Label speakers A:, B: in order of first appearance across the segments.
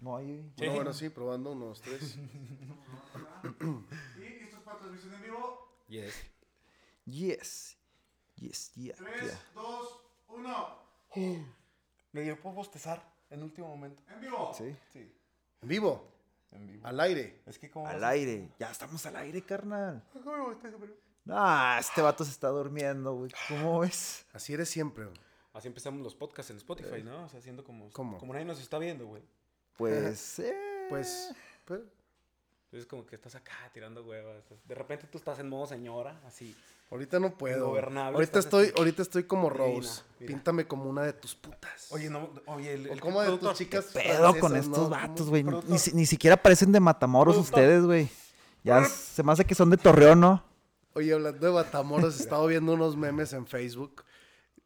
A: No hay.
B: Bueno, bueno, sí, probando unos tres.
C: Y esto es para transmisión en vivo.
B: Yes.
A: Yes. Yes, yeah.
C: 3, 2, 1.
D: Me dio por bostezar en último momento.
C: En vivo.
A: Sí.
D: Sí,
B: En vivo,
D: en vivo.
B: al aire.
D: Es que como...
A: Al aire. Ya estamos al aire, carnal.
D: ¿Cómo me bostezo, pero?
A: Ah, este vato se está durmiendo, güey. ¿Cómo ves?
B: Así eres siempre. güey.
D: Así empezamos los podcasts en Spotify, ¿no? O sea, haciendo como...
B: Eh, ¿Cómo?
D: Como nadie nos está viendo, güey.
A: Pues. eh,
B: Pues, pues,
D: Entonces como que estás acá tirando huevas. estás- De repente tú estás en modo señora, así.
B: ahorita no puedo. güey.
D: Ingobernable,
B: Ahorita
D: estás
B: estoy,
D: así.
B: ahorita estoy como
D: Divina,
B: Rose.
D: mira.
B: Píntame como una de tus putas.
D: Oye, no, oye, el,
B: O
D: el
B: como de tus
D: productor-
B: chicas.
A: pedo con
B: francesas,
A: estos
B: ¿no?
A: vatos,
B: ¿Cómo?
A: güey.
D: productor.
A: Ni, si- ni siquiera parecen de Matamoros
D: Productor.
A: ustedes, güey. Ya se me hace que son de Torreón, ¿no?
B: Oye, hablando de Matamoros, he estado viendo unos memes en Facebook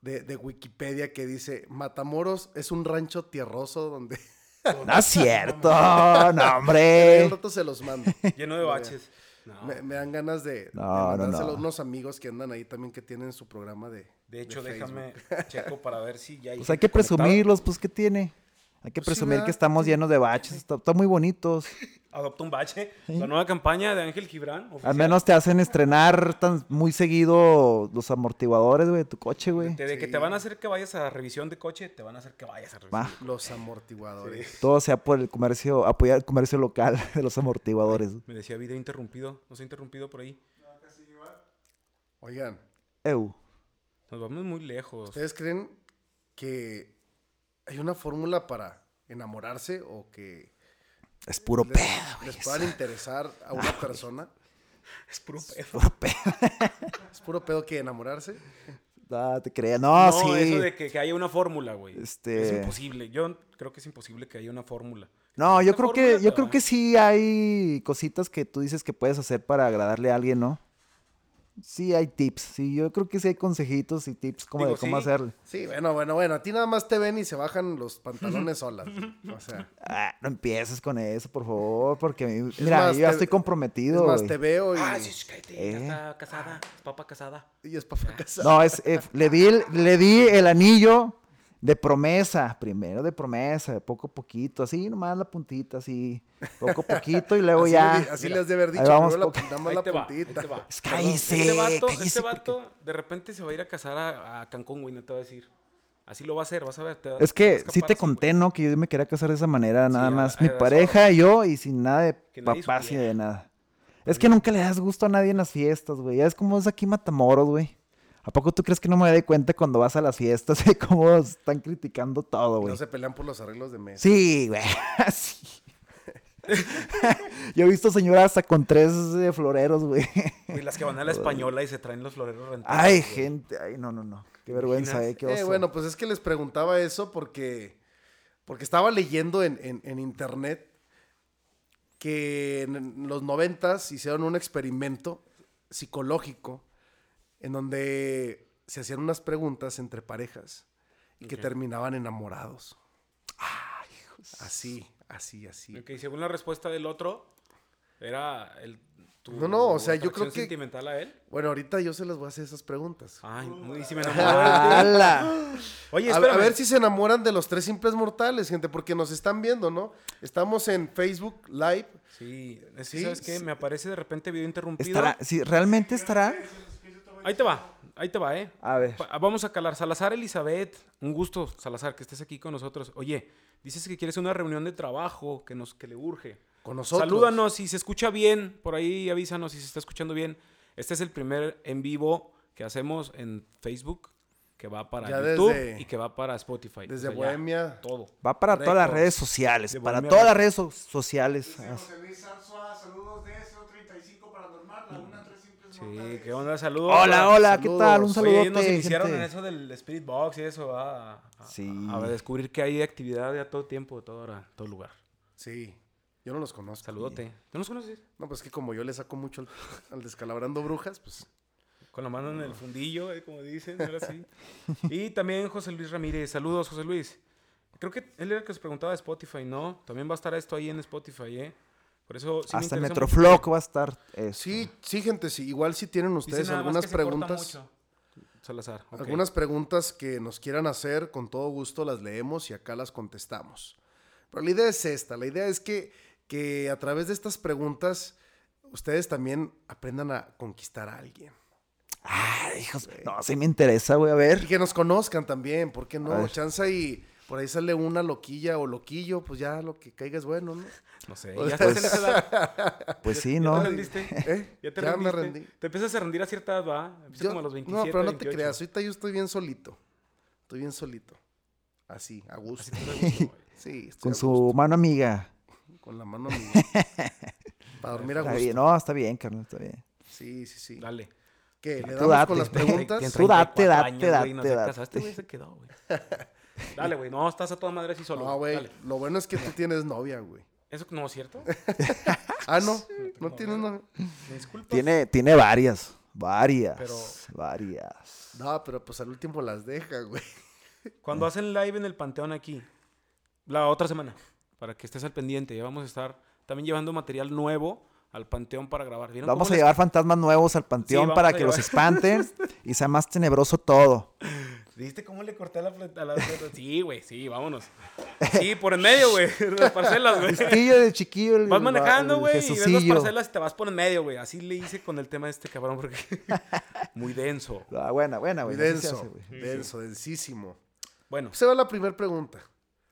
B: de, de Wikipedia que dice: Matamoros es un rancho tierroso donde.
A: No es cierto, no,
B: En
A: hombre.
B: un rato se los mando.
D: Lleno de baches. No.
B: Me, me dan ganas de,
A: No,
B: de
A: no,
B: mandárselo
A: no.
B: a unos amigos que andan ahí también que tienen su programa de.
D: De hecho,
B: de
D: déjame
B: Facebook.
D: checo para ver si ya hay.
A: Pues hay que
D: gente conectada.
A: presumirlos, pues, ¿qué tiene? Hay que
B: Pues sí,
A: presumir
B: ¿verdad?
A: que estamos llenos de baches. Está- Están muy bonitos.
D: Adopta un bache. La nueva campaña de Ángel Gibran.
A: Al
D: oficial.
A: menos te hacen estrenar tan muy seguido los amortiguadores, güey, de tu coche, güey.
D: Te- de que
B: Sí.
D: te van a hacer que vayas a revisión de coche, te van a hacer que vayas a revisión.
A: Va.
B: Los amortiguadores.
A: Todo sea por el comercio, apoyar el comercio local de los amortiguadores.
D: Me decía video interrumpido. Nos ha interrumpido por ahí.
B: Oigan,
A: Eu.
D: Nos vamos muy
B: Pues,
D: lejos.
B: ¿ustedes creen que hay una fórmula para enamorarse o que
A: Es puro
B: les,
A: pedo, güey. Ah,
B: les puedan interesar a una persona?
D: Es puro pedo.
A: Puro pedo.
B: Es puro pedo que enamorarse.
A: No, te creas. No,
D: no,
A: Ah, sí.
D: eso de que, que haya una fórmula, güey.
A: Este-
D: Es imposible. Yo creo que es imposible que haya una fórmula.
A: No, yo
D: Una
A: creo que,
D: fórmula
A: yo
D: te
A: creo
D: va.
A: que sí hay cositas que tú dices que puedes hacer para agradarle a alguien, ¿no? Sí hay tips, sí, yo creo que sí hay consejitos y tips como
D: Digo,
A: de cómo
D: sí.
A: hacerlo.
B: Sí, bueno, bueno, bueno. A ti nada más te ven y se bajan los pantalones solas. güey. O sea,
A: Ah, no empieces con eso, por favor, porque a mí-
B: Es
A: mira,
B: más,
A: yo ya
B: te-
A: estoy
B: es
A: comprometido.
B: más,
A: güey.
B: te veo y,
D: Ah, sí, sí, cállate. Ya
A: Eh.
D: está casada. Es papá casada.
B: y es para casar.
A: No, es, eh, le, di, el- le di el anillo de promesa, primero de promesa, de poco a poquito, así nomás la puntita, así, poco a poquito y luego
B: así
A: ya.
B: le di- así
A: Mira,
B: les de haber
A: ahí
B: dicho.
A: vamos
B: luego la,
A: poco-
B: nada más la
D: te va, ahí
B: puntita.
D: te va.
A: Es- cállese,
D: Este vato,
A: cállese,
D: este
A: porque-
D: vato de repente se va a ir a casar a, a Cancún, güey, no te va a decir. Así lo va a hacer, vas a ver. te va-
A: Es
D: va a
A: que
D: escapar
A: sí te
D: así, güey.
A: conté, ¿no? Que yo me quería casar de esa manera, nada
D: a-
A: más.
D: a-
A: Mi
D: a-
A: pareja, yo y sin nada de
D: Que nadie
A: papás y
D: supiera.
A: de nada.
B: Pues
A: Es que nunca le das gusto a nadie en las fiestas, güey. Ya es como es aquí en Matamoros, güey. ¿A poco tú crees que no me doy cuenta cuando vas a las fiestas y cómo están criticando todo, güey?
B: No se pelean por los arreglos de mesa.
A: Sí, güey. sí. yo he visto señoras hasta con tres eh, floreros, güey.
D: Güey, las que van a la española y se traen los floreros rentados.
A: Ay,
D: güey.
A: gente. Ay, no, no, no. Qué vergüenza, eh. Qué
B: Eh,
A: oso.
B: bueno, pues es que les preguntaba eso porque, porque estaba leyendo en, en- en internet que en los noventas hicieron un experimento psicológico en donde se hacían unas preguntas entre parejas y que
D: Ok.
B: terminaban enamorados. Así, así, así.
D: Ok, según la respuesta del otro, era el, tu
B: No, no, o sea, yo
D: atracción
B: creo que-
D: sentimental a él.
B: Bueno, ahorita yo se les voy a hacer esas preguntas.
D: Ay, no, y si me enamoró de ti.
A: ¡Hala!
D: Ah. Oye,
B: A-
D: espérame.
B: A, ver si se enamoran de los tres simples mortales, gente, porque nos están viendo, ¿no? Estamos en Facebook Live.
D: Sí, es que,
B: Sí,
D: ¿sabes qué?
B: sí.
D: me aparece de repente video interrumpido.
A: ¿Estará? Sí, ¿Realmente estará?
D: Ahí te va, ahí te va, ¿eh?
A: A ver.
D: Pa- Vamos a calar. Salazar Elizabeth, un gusto, Salazar, que estés aquí con nosotros. Oye, dices que quieres una reunión de trabajo que, nos, que le urge.
B: Con nosotros.
D: Salúdanos, si se escucha bien, por ahí avísanos si se está escuchando bien. Este es el primer en vivo que hacemos en Facebook, que va para
B: Ya
D: YouTube
B: desde-
D: y que va para Spotify.
B: desde
D: Pues ya,
B: Bohemia.
D: Todo.
A: Va para todas las
B: Récords.
A: redes sociales,
D: De
A: para
D: Bohemia
A: todas las redes so- sociales.
C: Dice José Luis Arzoa, saludos de 035 Paranormal, la una tres simples
D: Sí,
C: mortales.
D: qué onda, saludos.
A: Hola, hola, ¿qué
B: saludos.
A: tal? Un
B: Oye,
A: saludo.
D: Oye, nos iniciaron en eso del Spirit Box y eso, a, a-
A: Sí.
D: a descubrir que hay actividad a todo tiempo, a toda hora, a todo lugar.
B: Sí, yo no los conozco.
D: Saludote. ¿No nos conoces?
B: No, pues que como yo le saco mucho al, al descalabrando brujas, pues.
D: Con la mano en el fundillo, eh, como dicen, ahora sí. Y también José Luis Ramírez. Saludos, José Luis. Creo que él era el que se preguntaba de Spotify, ¿no? También va a estar esto ahí en Spotify, ¿eh? Por eso sí me
A: Hasta
D: interesa
A: Metroflock va a estar. eh, eso.
B: Sí, sí, gente, sí. Igual si tienen
D: mucho. Dice
B: ustedes
D: nada más
B: algunas
D: que se corta
B: preguntas.
D: mucho. Salazar. ok.
B: Algunas preguntas que nos quieran hacer, con todo gusto las leemos y acá las contestamos. Pero la idea es esta, la idea es que, que a través de estas preguntas ustedes también aprendan a conquistar a alguien.
A: Ay, hijos. No, sí me interesa, güey. A
B: Y
A: ver.
B: que nos conozcan también, ¿por qué
A: A
B: no?
A: ver.
B: Chanza y por ahí sale una loquilla o loquillo, pues ya lo que caiga es bueno, ¿no?
D: No sé,
B: O
D: ya
B: sea,
D: estás en esa edad.
A: Pues sí,
D: ¿Ya
A: ¿no?
D: te rendiste?
B: ¿Eh?
D: ¿Ya te
B: Ya me
D: rendiste?
B: rendí.
D: Te empiezas a rendir a cierta edad, ¿va? Empiezas
B: Yo-
D: como a los 27,
B: no, pero no te
D: 28.
B: creas, ahorita yo estoy bien solito. Estoy bien solito. Así, a gusto.
D: Así te da gusto, güey.
B: Sí, estoy
A: Con
B: a gusto,
A: su mano amiga.
B: con la mano amiga. Para dormir a
A: Está bien.
B: gusto.
A: No, está bien, carnal, está bien.
B: Sí, sí, sí.
D: Dale.
B: ¿Qué? ¿Le
A: Tú
B: damos
A: date.
B: con las preguntas?
A: Tú date,
D: 34
A: date,
D: güey, no
A: date,
D: se
A: date.
D: casó. Este güey se quedó, güey. Dale, güey. No, estás a toda madre así solo.
B: No, güey.
D: Dale.
B: Lo bueno es que tú tienes novia, güey.
D: Eso no es cierto.
B: Ah, no. No tienes novia.
D: Me disculpas.
A: Tiene, tiene varias. Varias.
D: Pero-
A: Varias.
B: No, pero pues al último las deja, güey.
D: Cuando hacen live en el Panteón aquí, la otra semana, para que estés al pendiente, ya vamos a estar también llevando material nuevo al Panteón para grabar. ¿Vieron
A: Vamos
D: cómo
A: a
D: les-
A: llevar fantasmas nuevos al panteón
D: vamos
A: para
D: a
A: que los
D: llevar.
A: espanten y sea más tenebroso todo.
D: ¿Viste cómo le corté a la fle- a la- Sí, güey, sí, vámonos. Sí, por en medio, güey. Las parcelas, güey.
A: Chiquillo de chiquillo. el-
D: Vas manejando,
A: el
D: güey, y ves las
A: Jesucillo.
D: parcelas y te vas por en medio, güey. Así le hice con el tema de este cabrón porque muy denso.
A: Ah, buena, buena,
B: Muy
A: güey. así se hace,
B: denso.
A: güey.
B: Denso, densísimo.
D: Bueno,
B: Se va la primera pregunta.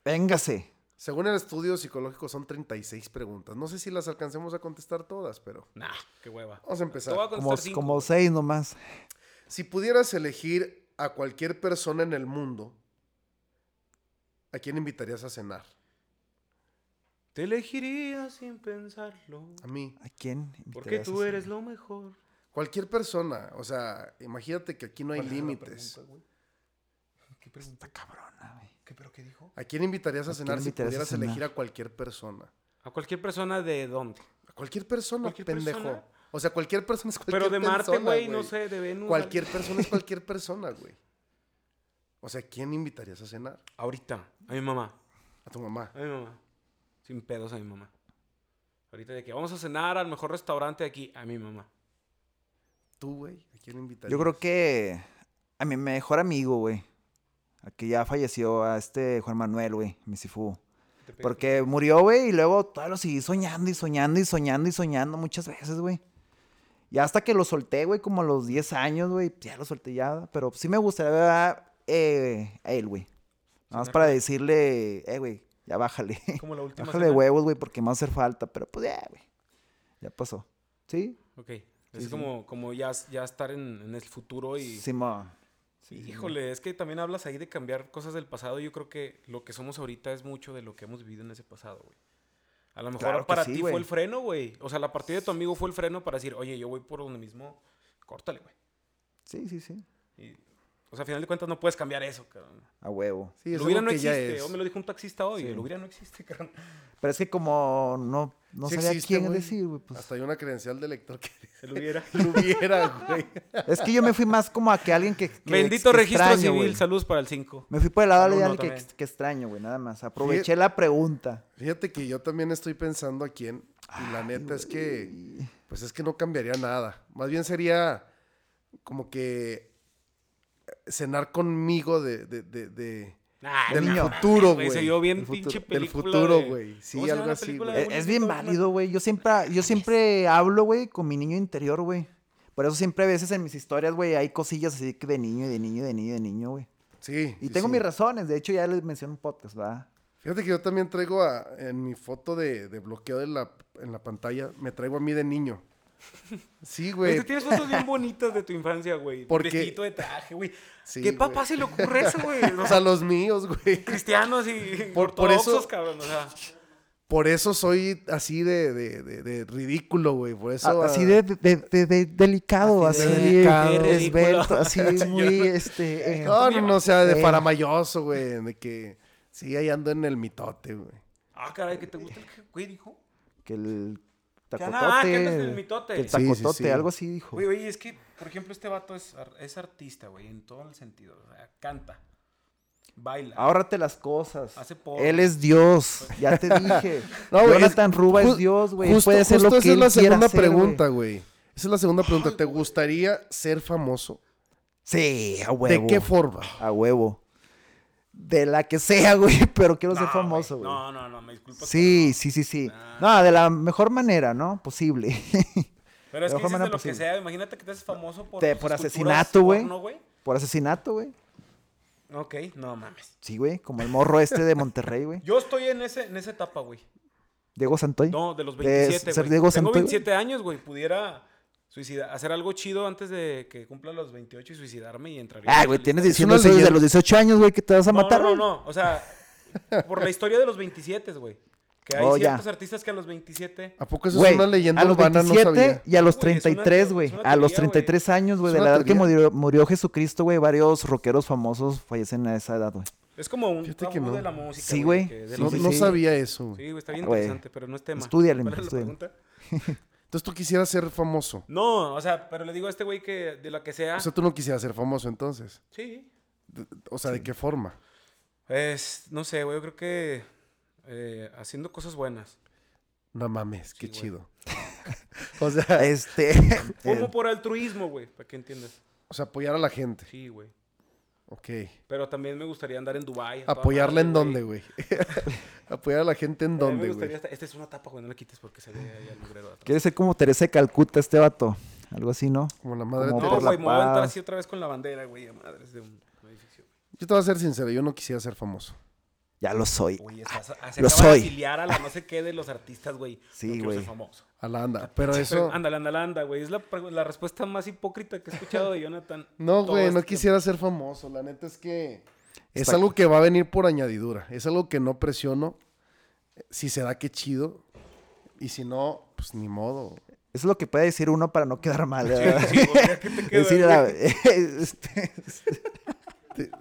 A: Véngase.
B: Según el estudio psicológico son 36 preguntas. No sé si las alcancemos a contestar todas, pero
D: nah, qué hueva.
B: vamos a
D: Te voy a
B: empezar.
A: Como,
D: contestar cinco.
A: como seis nomás.
B: Si pudieras elegir a cualquier persona en el mundo, ¿a quién invitarías a cenar?
D: Te elegiría sin pensarlo.
B: A mí.
A: ¿A quién?
D: Porque
A: invitarías
D: tú
A: a
D: eres
A: cenar?
D: lo mejor.
B: Cualquier persona. O sea, imagínate que aquí no hay límites.
D: ¿Qué pregunta?
A: Cabrona, güey.
D: ¿Qué, ¿Pero qué dijo?
B: ¿A quién invitarías a
A: ¿A quién
B: cenar si
A: invitarías a
B: pudieras
A: cenar?
B: elegir a cualquier persona?
D: ¿A cualquier persona de dónde?
B: A cualquier persona,
D: ¿Cualquier
B: pendejo.
D: persona?
B: O sea, cualquier persona es cualquier
D: Pero de Marte,
B: persona,
D: güey, no sé, de Venus.
B: Cualquier persona es cualquier persona, güey. O sea, ¿quién invitarías a cenar?
D: algo. Ahorita, a mi mamá.
B: A tu mamá.
D: A mi mamá. Sin pedos a mi mamá. Ahorita de que vamos a cenar al mejor restaurante de aquí, a mi mamá.
B: ¿Tú, güey? ¿A quién invitarías?
A: Yo creo que a mi mejor amigo, güey. A que ya falleció, a este Juan Manuel, güey. Mi Sifu. Porque murió, güey, y luego todavía lo seguí soñando y soñando y soñando y soñando muchas veces, güey. Y hasta que lo solté, güey, como a los 10 años, güey. pues Ya lo solté ya, pero sí me gustaría ver a, eh, a él, güey. Nada más
D: Sí,
A: para decirle, eh, güey, ya bájale.
D: Como la última
A: Bájale de
D: cena.
A: huevos, güey, porque me va a hacer falta. Pero pues ya, güey. Ya pasó. ¿Sí?
D: Ok.
A: Sí,
D: Es
A: sí.
D: como, como ya, ya estar en, en el futuro y...
A: Simón.
D: Sí, Híjole, es que también hablas ahí de cambiar cosas del pasado. Yo creo que lo que somos ahorita es mucho de lo que hemos vivido en ese pasado, güey. A lo mejor
A: Claro que
D: para
A: sí,
D: ti
A: güey.
D: fue el freno, güey. O sea, la partida de tu amigo fue el freno para decir, oye, yo voy por donde mismo, córtale, güey.
A: Sí, sí, sí.
D: Y, o sea, a final de cuentas no puedes cambiar eso, cabrón.
A: A huevo.
B: Sí, es
D: lo hubiera
B: algo
D: no
B: que ya
D: existe.
B: es.
D: O me lo dijo un taxista hoy. Lo hubiera no existe, cabrón.
A: Pero es que como no, no
B: Sí
A: sabía
B: existe,
A: quién
B: güey.
A: decir, güey, pues.
B: Hasta hay una credencial de lector que
D: El hubiera.
B: lo hubiera, güey.
A: Es que yo me fui más como a que alguien que. que
D: Bendito
A: ex-
D: registro
A: extraño,
D: civil.
A: güey.
D: Saludos para el 5.
A: Me fui por el lado
D: Al
A: de
D: uno
A: alguien que,
D: también.
A: que extraño, güey, nada más. Aproveché la pregunta.
B: Fíjate que yo también estoy pensando a quién. Y la neta es que, pues es que no cambiaría nada. Más bien sería como que eh, cenar conmigo de, de, de, de- Del futuro, güey.
D: Se vio bien
B: Del futuro-
D: pinche
B: del
D: película.
B: futuro,
D: de-
B: güey. Sí,
D: ¿Cómo se llama
B: algo
D: la
B: así,
D: película
B: güey.
A: Es,
D: de
A: E, es
D: Bonito
A: bien
D: Batman?
A: válido, güey. Yo siempre, yo siempre hablo, güey, con mi niño interior, güey. Por eso siempre a veces en mis historias, güey, hay cosillas así que de niño, y de niño, y de niño, y de niño, güey.
B: Sí.
A: Y
B: sí,
A: tengo
B: sí.
A: mis razones. De hecho, ya les mencioné en un podcast, ¿verdad?
B: Fíjate que yo también traigo a- en mi foto de, de bloqueo de la, en la pantalla, me traigo a mí de niño. Sí,
D: Güey,
B: güey.
D: tú Este, tienes fotos bien bonitas de tu infancia, güey.
B: Porque-
D: Vestidito de traje, güey.
B: Sí,
D: ¿Qué
B: güey.
D: papá se le ocurre eso, güey? O
B: O
D: sea,
B: sea, los míos, güey.
D: cristianos y
B: Por- por
D: ortodoxos,
B: eso-
D: cabrón. O sea,
B: Por eso soy así de, de, de- de ridículo, güey. Por eso.
A: A-
B: ah,
A: así de, de- de- de- delicado,
D: Así
A: así,
D: de delicado. Qué ridículo.
A: esbelto, así muy, este... eh,
B: No, no, no, o sea, de
A: Eh.
B: faramayoso, güey. De que. Sí, ahí ando en el mitote, güey.
D: ah, caray, que te gusta el que- güey, dijo.
A: que el
D: Que
A: tacotote...
D: nada, que andas del mitote.
A: que el
D: Sí,
B: sí,
A: tacotote,
B: sí.
A: algo así dijo.
D: Güey, oye, es que, por ejemplo, este vato es, ar- es artista, güey, en todo el sentido. O sea, canta, baila.
A: Ahórrate las cosas.
D: Hace porno.
A: Él es Dios. Ya te dije.
B: No, güey, es-
A: Jonathan Ruba
B: ju-
A: es Dios, güey. Él
B: justo-
A: Puede ser
B: justo
A: lo que
B: esa es
A: él
B: la
A: quiera
B: segunda
A: hacer,
B: pregunta,
A: güey.
B: güey. Esa es la segunda pregunta. ¿Te gustaría ser famoso?
A: Sí, a huevo.
B: ¿De qué forma?
A: A huevo. de la que sea, güey, pero quiero ser
D: No,
A: famoso, güey.
D: No, no, no, me disculpo.
A: Sí, sí, sí, sí.
D: Nah.
A: No, de la mejor manera, ¿no? Posible.
D: Pero es
A: de
D: que
A: mejor
D: dices de
A: manera
D: lo que
A: posible.
D: sea. Imagínate que te haces famoso por,
A: Te-
D: tus
A: por
D: esculturas
A: asesinato, güey.
D: porno, güey.
A: Por asesinato, güey.
D: Ok, no mames.
A: Sí, güey, como el morro este de Monterrey, güey.
D: Yo estoy en, ese, en esa etapa, güey.
A: Diego Santoy.
D: No, de los
A: De
D: 27,
A: ser
D: güey.
A: Eh, Diego
D: Tengo
A: Santoy,
D: 27 años, güey. Pudiera suicidar, hacer algo chido antes de que cumpla los 28 y suicidarme y entraría.
A: Ah,
D: en
A: güey,
D: la
A: tienes
D: lista.
A: diciendo
B: una
A: eso desde
B: leyenda.
A: los 18 años, güey, que te vas a matar.
D: No,
A: güey.
D: no, no. O sea, por la historia de los 27, güey. Que hay
A: Oh, ya.
D: ciertos artistas que a los 27...
B: ¿A poco eso
A: Güey,
B: es una leyenda
A: a los
B: urbana? No sabía.
A: y a los
D: Güey, es una
A: 33,
D: teo- es
A: güey.
D: una
A: A los
D: teoría, güey.
A: 33 años, güey,
B: Es
A: de la
B: una
A: edad que
B: teoría.
A: murió, murió Jesucristo, güey. Varios rockeros famosos fallecen a esa edad, güey.
D: Es como un
B: Fíjate
D: tabú
B: que no.
D: de la música.
A: Sí, güey.
D: que de
A: Sí,
D: la
B: No,
A: sí,
D: música.
B: no
A: sí. Ah,
B: sabía eso. güey.
D: Sí, güey, está bien
A: Güey,
D: interesante, pero no es tema.
A: estúdiale,
D: ¿Cuál era la
A: estúdiale.
D: pregunta?
B: Entonces tú quisieras ser famoso.
D: No, o sea, pero le digo a este güey que de la que sea.
B: O sea, tú no quisieras ser famoso entonces.
D: sí.
B: D- O sea, ¿de qué forma?
D: Es, no sé, güey, yo creo que eh, haciendo cosas buenas.
B: No mames, qué
D: Sí, güey.
B: chido. o, sea,
A: Este.
D: Como
A: eh,
D: por altruismo, güey, para que entiendas.
B: o sea, apoyar a la gente.
D: Sí, güey.
B: Ok.
D: Pero también me gustaría andar en Dubái. a toda
B: ¿Apoyarla
D: madre,
B: en dónde, güey? apoyar a la gente en
D: También
B: dónde,
D: me gustaría
B: güey.
D: estar- Esta es una tapa, güey, no la quites porque se ve ahí al mugrero de atrás.
A: Quiere ser como Teresa de Calcuta, este vato. Algo así, ¿no?
B: Como la madre
A: Como
B: Teresa.
D: No,
A: por la
D: güey, me voy a entrar
A: paz.
D: así otra vez con la bandera, güey, a madres de un un edificio.
B: Yo te voy a ser sincero, yo no quisiera ser famoso.
A: Ya lo soy.
D: Güey, estás- se
A: Lo
D: acaba
A: soy.
D: de afiliar a la no sé qué de los artistas, güey.
A: Sí,
D: No quiero ser
A: güey.
D: famoso.
B: A la anda. Ah, Pero eso.
D: Pero Ándale, ándale, anda, güey. Es la, pre- la respuesta más hipócrita que he escuchado de Jonathan.
B: No,
D: todo
B: güey,
D: este
B: no
D: tiempo.
B: quisiera ser famoso. La neta es que. Es
A: Está-
B: algo que va a venir por añadidura. Es algo que no presiono. Si se da, qué chido. Y si no, pues ni modo.
A: Eso es lo que puede decir uno para no quedar mal. ¿verdad?
D: Sí, güey, ¿a ¿Qué te queda,
A: decir,
D: güey?
A: la- este,
D: ¿Qué te queda,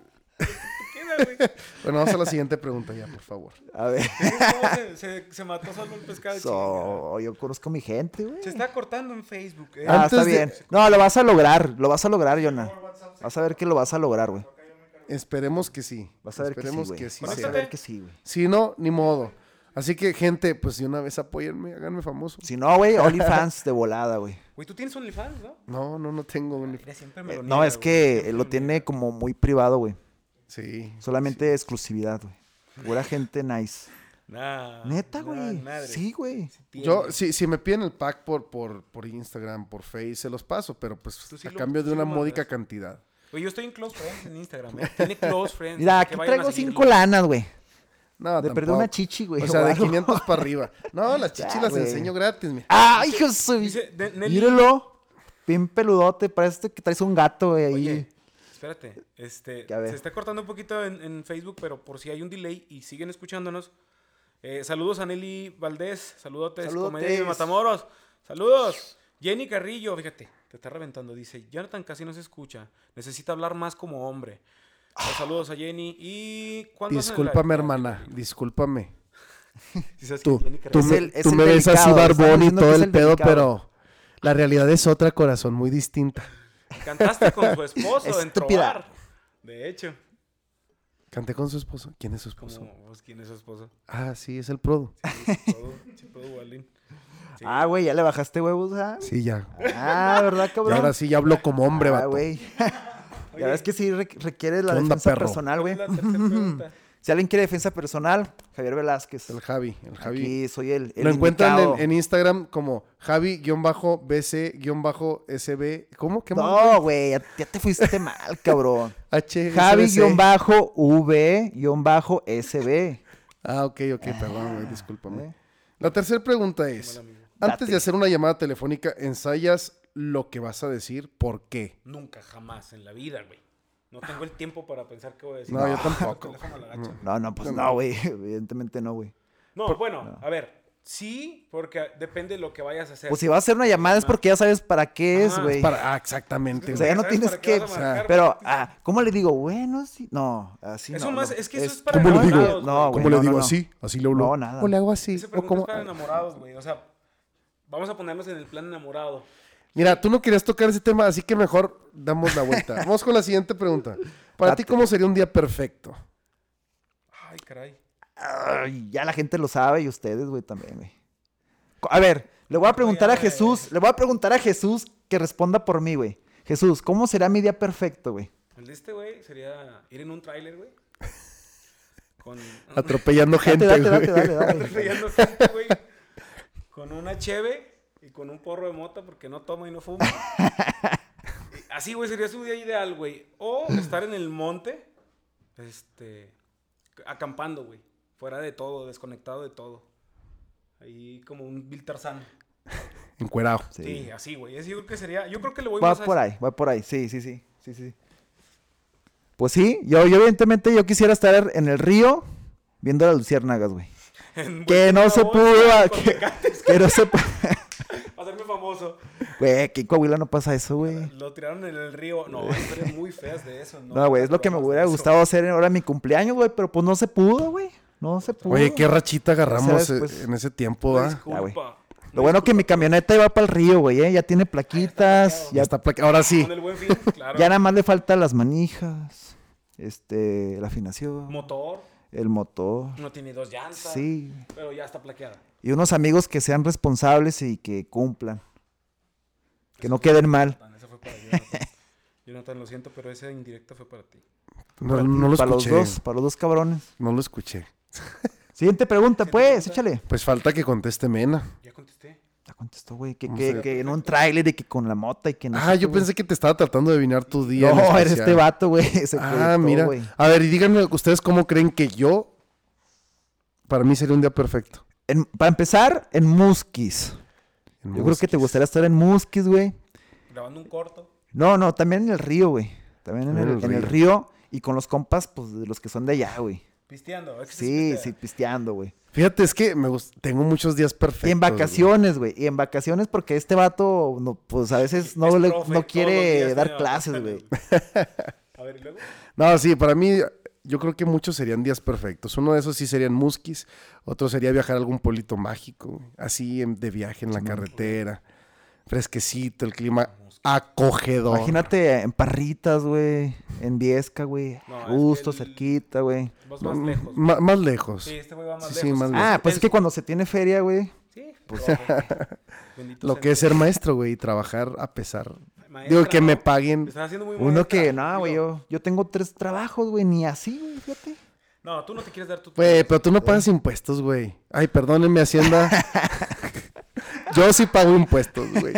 D: güey?
B: Bueno, vamos a la siguiente pregunta ya, por favor.
A: a ver.
D: ¿Cómo se, se, se mató solo el pescado. chingada?
A: so- yo conozco a mi gente, güey.
D: Se está cortando en Facebook, eh.
A: Ah, está
B: Antes de-
A: bien. No, lo vas a lograr. Lo vas a lograr, Jonah. Vas a ver que lo vas a lograr, güey.
B: Esperemos que sí.
A: Vas a ver que sí,
B: Esperemos
A: güey.
B: Pues que sí.
A: Vas a
B: sea.
A: ver que sí, güey.
B: Si no, ni modo. Así que, gente, pues de una vez apóyenme, háganme famoso.
A: Si no, güey, OnlyFans de volada, güey.
D: Güey, tú tienes OnlyFans, ¿no?
B: No, no, no tengo un...
D: Mira, siempre me
A: Eh,
D: lo
A: No,
D: niega,
A: es
D: güey.
A: que
D: Siempre
A: eh,
D: me
A: lo
D: niega.
A: tiene como muy privado, güey.
B: Sí.
A: Solamente exclusividad, güey. Pura gente nice.
D: Nah,
A: Neta,
D: nah,
A: güey.
D: Ah, madre.
A: Sí, güey.
D: tiene.
B: Yo, si, si me piden el pack por, por, por Instagram, por Face, se los paso, pero pues
D: Tú sí
B: a
D: lo-
B: cambio de
D: sí
B: una
D: lo
B: módica
D: mandas.
B: cantidad.
D: Güey, yo estoy en Close Friends en Instagram, eh. Tiene Close Friends.
A: Mira,
D: que
A: aquí
D: vayan a
A: traigo
D: seguirlo.
A: cinco lanas, güey.
B: No,
A: De perder
B: tampoco.
A: una chichi, güey.
B: O sea,
A: o
B: de
A: algo.
B: 500 para arriba. No, las chichis
A: Ya,
B: las
A: güey.
B: enseño gratis, mira.
A: ¡Ah, hijo de su-
D: Dice, de- Nelly-
A: Míralo. Bien peludote. Parece que traes un gato, güey. ahí.
D: Oye, espérate. Este,
A: Que a ver.
D: se está cortando un poquito en, en Facebook, pero por si hay un delay y siguen escuchándonos. eh, saludos a Nelly Valdés, saludotes,
A: Saludotes.
D: Comedia de Matamoros, saludos. Jenny Carrillo, fíjate, te está reventando, dice, Jonathan casi no se escucha, necesita hablar más como hombre. Pues, saludos a Jenny y... ¿cuándo hacen el live?
B: Discúlpame,
D: No,
B: hermana, discúlpame.
D: sí, sabes que
B: Tú,
D: Jenny
B: tú
D: Carrillo-
A: Es
B: me,
A: el- es
B: tú
A: el
B: me ves
A: delicado,
B: así
A: estamos
B: barbón y
A: diciendo
B: todo
A: que es
B: el,
A: el
B: pedo,
A: delicado.
B: pero la realidad es otra, corazón, muy distinta.
D: Cantaste con su esposo en
A: Estúpida.
D: Trobar, de hecho.
B: Canté con su esposo. ¿Quién es su esposo?
D: Como, pues, ¿quién es su esposo?
B: Ah, sí, es el prodo.
D: Sí, su produ- su produ, Balín. Sí.
A: Ah, güey, ya le bajaste huevos, ¿ah?
B: Sí, ya.
A: Ah, ¿verdad,
B: Y
A: cabrón?
B: ahora sí ya hablo como hombre,
A: Ah,
B: vato.
A: güey. La
D: Oye,
A: verdad es que sí requ- requiere la
B: ¿Qué onda,
A: defensa
B: perro?
A: personal, güey.
D: ¿cuál es la tercera pregunta?
A: Si alguien quiere defensa personal, Javier Velázquez.
B: El Javi, el Javi.
A: Aquí soy el, el
B: Lo encuentran en,
A: indicado.
B: en Instagram como Javi-BC-SB. ¿Cómo? ¿Qué más?
A: No, güey, ya, ya te fuiste mal, cabrón.
B: H
A: Javi-V-SB.
B: Ah, ok, ok, perdón, güey, discúlpame.
A: ¿Eh?
B: La tercera pregunta es:
D: Mal amigo.
B: Antes
A: Date.
B: de hacer una llamada telefónica, ¿ensayas lo que vas a decir? ¿Por qué?
D: Nunca, jamás en la vida, güey. No tengo el tiempo para pensar qué voy a decir.
B: No, yo
D: Ah,
B: tampoco,
D: teléfono a la
B: güey.
D: gacha.
A: No, no, pues no, güey. Evidentemente no, güey.
D: No, bueno, a ver. Sí, porque depende de lo que vayas a hacer.
A: Pues si va a hacer una llamada es porque ya sabes para qué es,
D: Ajá.
A: güey.
B: Para, ah, exactamente.
A: O sea,
B: güey.
A: ya no
D: ¿Sabes
A: tienes
D: para qué
A: que.
D: vas a marcar?
A: Pero, ah, ¿cómo le digo? Bueno, sí. No, así
D: Eso
A: no,
D: más-
A: no.
D: es que eso es para
A: no,
B: ¿Cómo le digo?
A: güey, No, güey,
B: ¿Cómo le
A: no,
B: digo
A: no, no.
B: así? ¿Así le hablo?
A: No, nada.
B: ¿O le hago así?
D: Esa
B: ¿O
D: pregunta
B: cómo?
D: es para enamorados, güey. O sea, vamos a ponernos en el plan enamorado.
B: Mira, tú no querías tocar ese tema, así que mejor damos la vuelta. Vamos con la siguiente pregunta. Para ti,
A: Date.
B: ¿cómo sería un día perfecto?
D: Ay, caray.
A: Ay, ya la gente lo sabe y ustedes, güey, también, güey. Co- A ver, le voy a preguntar a
D: ya, ya, ya.
A: Jesús, le voy a preguntar a Jesús que responda por mí, güey. Jesús, ¿cómo será mi día perfecto, güey?
D: El de este, güey, sería ir en un tráiler, güey. Con,
B: Atropellando gente,
A: date, date,
B: güey.
A: date, dale, dale.
D: atropellando gente, güey. Con una cheve y con un porro de mota porque no tomo y no fumo. Y Así, güey, sería su día ideal, güey. O estar en el monte, este, acampando, güey. Fuera de todo, desconectado de todo. Ahí como un Bill Tarzán.
B: Encuerado.
A: Sí.
D: Sí, así, güey. Así yo creo que sería. Yo creo que le voy
A: Va
D: más a
A: por ahí, va por ahí, sí, sí, sí, sí, sí. Pues sí, yo, yo evidentemente yo quisiera estar en el río viendo las luciérnagas, güey.
D: en
A: Que no
D: Buenavista,
A: se
D: güey,
A: pudo, ah,
D: con
A: que,
D: tecates,
A: que no se pudo.
D: Hacerme famoso.
A: Güey, aquí en Coahuila no pasa eso, güey.
D: Lo tiraron en el río. No, hay historias muy feas de eso. No,
A: No, güey, es lo que me hubiera gustado hacer ahora en mi cumpleaños, güey, pero pues no se pudo, güey. No se pudo.
B: Oye, qué rachita agarramos
A: Sabes, pues,
B: eh, en ese tiempo,
D: Una
B: ¿ah?
A: Ya, güey.
D: Disculpa.
A: Lo bueno que mi camioneta iba para el río, güey, ¿eh? ya tiene plaquitas,
B: Ya
A: ya,
B: está placa- Ahora sí.
D: Con el buen fin, claro.
A: ya nada más le faltan las manijas, este, la afinación,
D: Motor,
A: el motor.
D: no tiene dos llantas.
A: Sí.
D: Pero ya está plaqueada.
A: Y unos amigos que sean responsables y que cumplan. Que no queden mal.
D: Ese fue para Jonathan. Jonathan, lo siento, pero esa indirecta fue para ti.
B: No, no lo
A: para los
B: escuché.
A: dos, para los dos cabrones.
B: No lo escuché.
A: Siguiente pregunta,
D: Siguiente
A: pues,
D: pregunta.
A: échale.
B: Pues falta que conteste Mena.
D: Ya contesté.
A: Ya contestó, güey. Que,
B: Vamos
A: que-
B: a-
A: que en un tráiler y que con la mota y que no.
B: Ah, yo pensé que te estaba tratando de adivinar tu día. en
A: No, eres
B: especial.
A: este vato, güey. Se
B: Ah,
A: proyectó,
B: mira.
A: güey.
B: A ver, y díganme ustedes cómo creen que yo. Para mí sería un día perfecto.
A: En- para empezar, en Muskis.
B: En
A: Yo creo que te gustaría estar en Muskis, güey.
D: Grabando un corto.
A: No, no, también en el río, güey. También en, el, en el río. Y con los compas, pues, de los que son de allá, güey.
D: Pisteando. es que se
A: Sí,
D: pistea.
A: sí, pisteando, güey.
B: Fíjate, es que me gust- tengo muchos días perfectos.
A: Y en vacaciones, güey. Y en vacaciones porque este vato, no, pues a veces no,
D: Es
A: le-
D: profe,
A: no
D: todos los
A: quiere
D: días
A: dar
D: tiene
A: clases, güey.
D: vacaciones. A ver, y luego.
B: güey. No, sí, para mí, yo creo que muchos serían días perfectos. Uno de esos sí serían muskis. Otro sería viajar a algún pueblito mágico. güey. Así en- de viaje en la carretera. Fresquecito, el clima acogedor.
A: Imagínate en Parritas, güey. En Viesca, güey.
D: No,
A: a
D: es
A: Gusto,
D: que el-
A: cerquita, güey.
D: Vas
B: No,
D: más
B: m-
A: mm.
D: lejos.
B: ma- más lejos.
D: Sí, este güey va más
B: Sí, sí,
D: lejos.
B: más
D: es
A: Ah, pues es que
D: intenso.
A: cuando se tiene feria, güey.
D: Sí,
A: Pues-
D: profe. Bendito
B: Lo
D: sea
B: que es
D: Dios.
B: ser maestro, güey, y trabajar a pesar.
D: Maestra,
B: Digo, que
D: no,
B: me
D: te
B: paguen.
D: están haciendo muy
A: Uno
D: maestra,
A: que, no, güey,
D: digo.
A: yo, yo tengo tres trabajos, güey. Ni así, güey, fíjate.
D: No, tú no te quieres dar tu.
B: Güey, pero tú no pagas impuestos, güey. Ay, perdónenme, Hacienda. Yo sí pago impuestos, güey.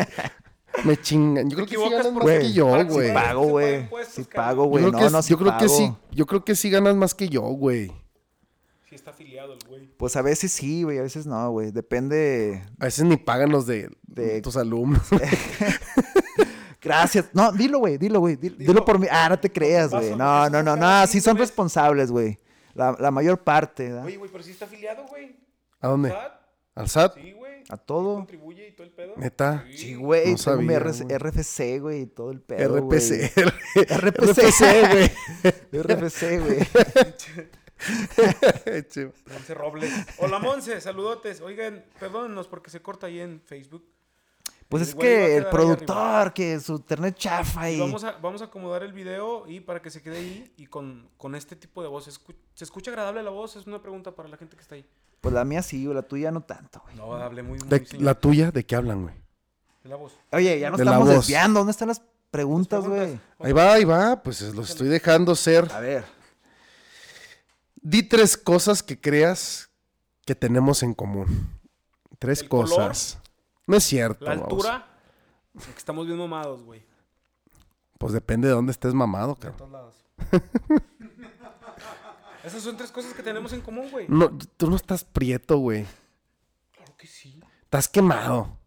B: Me chingan. Yo creo que sí
D: equivocas
B: ganan más
D: porque
B: que yo,
D: pagas
A: Sí
B: güey.
D: impuestos.
A: pago,
B: Yo
D: Sí pago
A: güey.
D: impuestos,
A: Sí
D: cabrón.
A: pago, güey.
B: creo que
A: No, no,
B: sí-
A: sí
B: yo creo que
A: pago.
B: sí. Yo creo que sí ganas más que yo, güey.
D: Sí, está afiliado el güey.
A: Pues a veces sí, güey. A veces no, güey. Depende.
B: A veces ni pagan los de,
A: De-
B: tus alumnos.
A: Gracias. No, dilo, güey, dilo, güey. di- Dilo, por mí. Ah, no te creas, güey.
D: Paso,
A: No,
D: eso
A: no,
D: es
A: no,
D: cada
A: no. Sí
D: cinco
A: son
D: meses.
A: responsables, güey. La, la mayor parte, ¿verdad?
D: Oye, güey, pero sí está afiliado, güey.
B: ¿A dónde?
D: ¿SAT?
B: ¿Al SAT?
D: Sí, güey.
A: A
D: Sí
A: todo.
D: Contribuye y todo el pedo.
B: Neta.
A: Sí, güey.
B: No
A: tengo mi
B: sabía,
A: RC
B: güey.
A: RFC, güey, y todo el pedo.
B: RPC.
A: RPC,
B: güey.
A: güey. RFC, güey.
B: Chivo.
D: Monse Robles. Hola, Monse, saludotes. Oigan, perdónennos porque se corta ahí en Facebook.
A: Pues
D: El
A: es
D: güey
A: que
D: va a
A: el
D: quedar ahí arriba.
A: productor, que su internet chafa
D: Y
A: y.
D: vamos a, vamos a acomodar el video y para que se quede ahí y con, con este tipo de voz. Escu- ¿Se escucha agradable la voz? Es una pregunta para la gente que está ahí.
A: Pues la mía sí, güey, la tuya no tanto, güey.
D: No, hablé muy, muy
B: De-
D: señor.
B: ¿La tuya? ¿De qué hablan, güey?
D: La voz.
A: Oye, ya nos
B: De la
A: estamos
B: voz.
A: desviando. ¿Dónde están las preguntas, güey?
D: Preguntas.
B: Ahí va, ahí va. Pues los estoy dejando ser.
A: A ver.
B: Di tres cosas que creas que tenemos en común. Tres
D: El color.
B: cosas. No es cierto.
D: La
B: vamos.
D: altura. Que estamos bien mamados, güey.
B: Pues depende de dónde estés mamado,
D: De
B: cabrón.
D: todos lados. Esas son tres cosas que tenemos en común, güey.
B: No, tú no estás prieto, güey.
D: Claro que sí.
B: Estás quemado.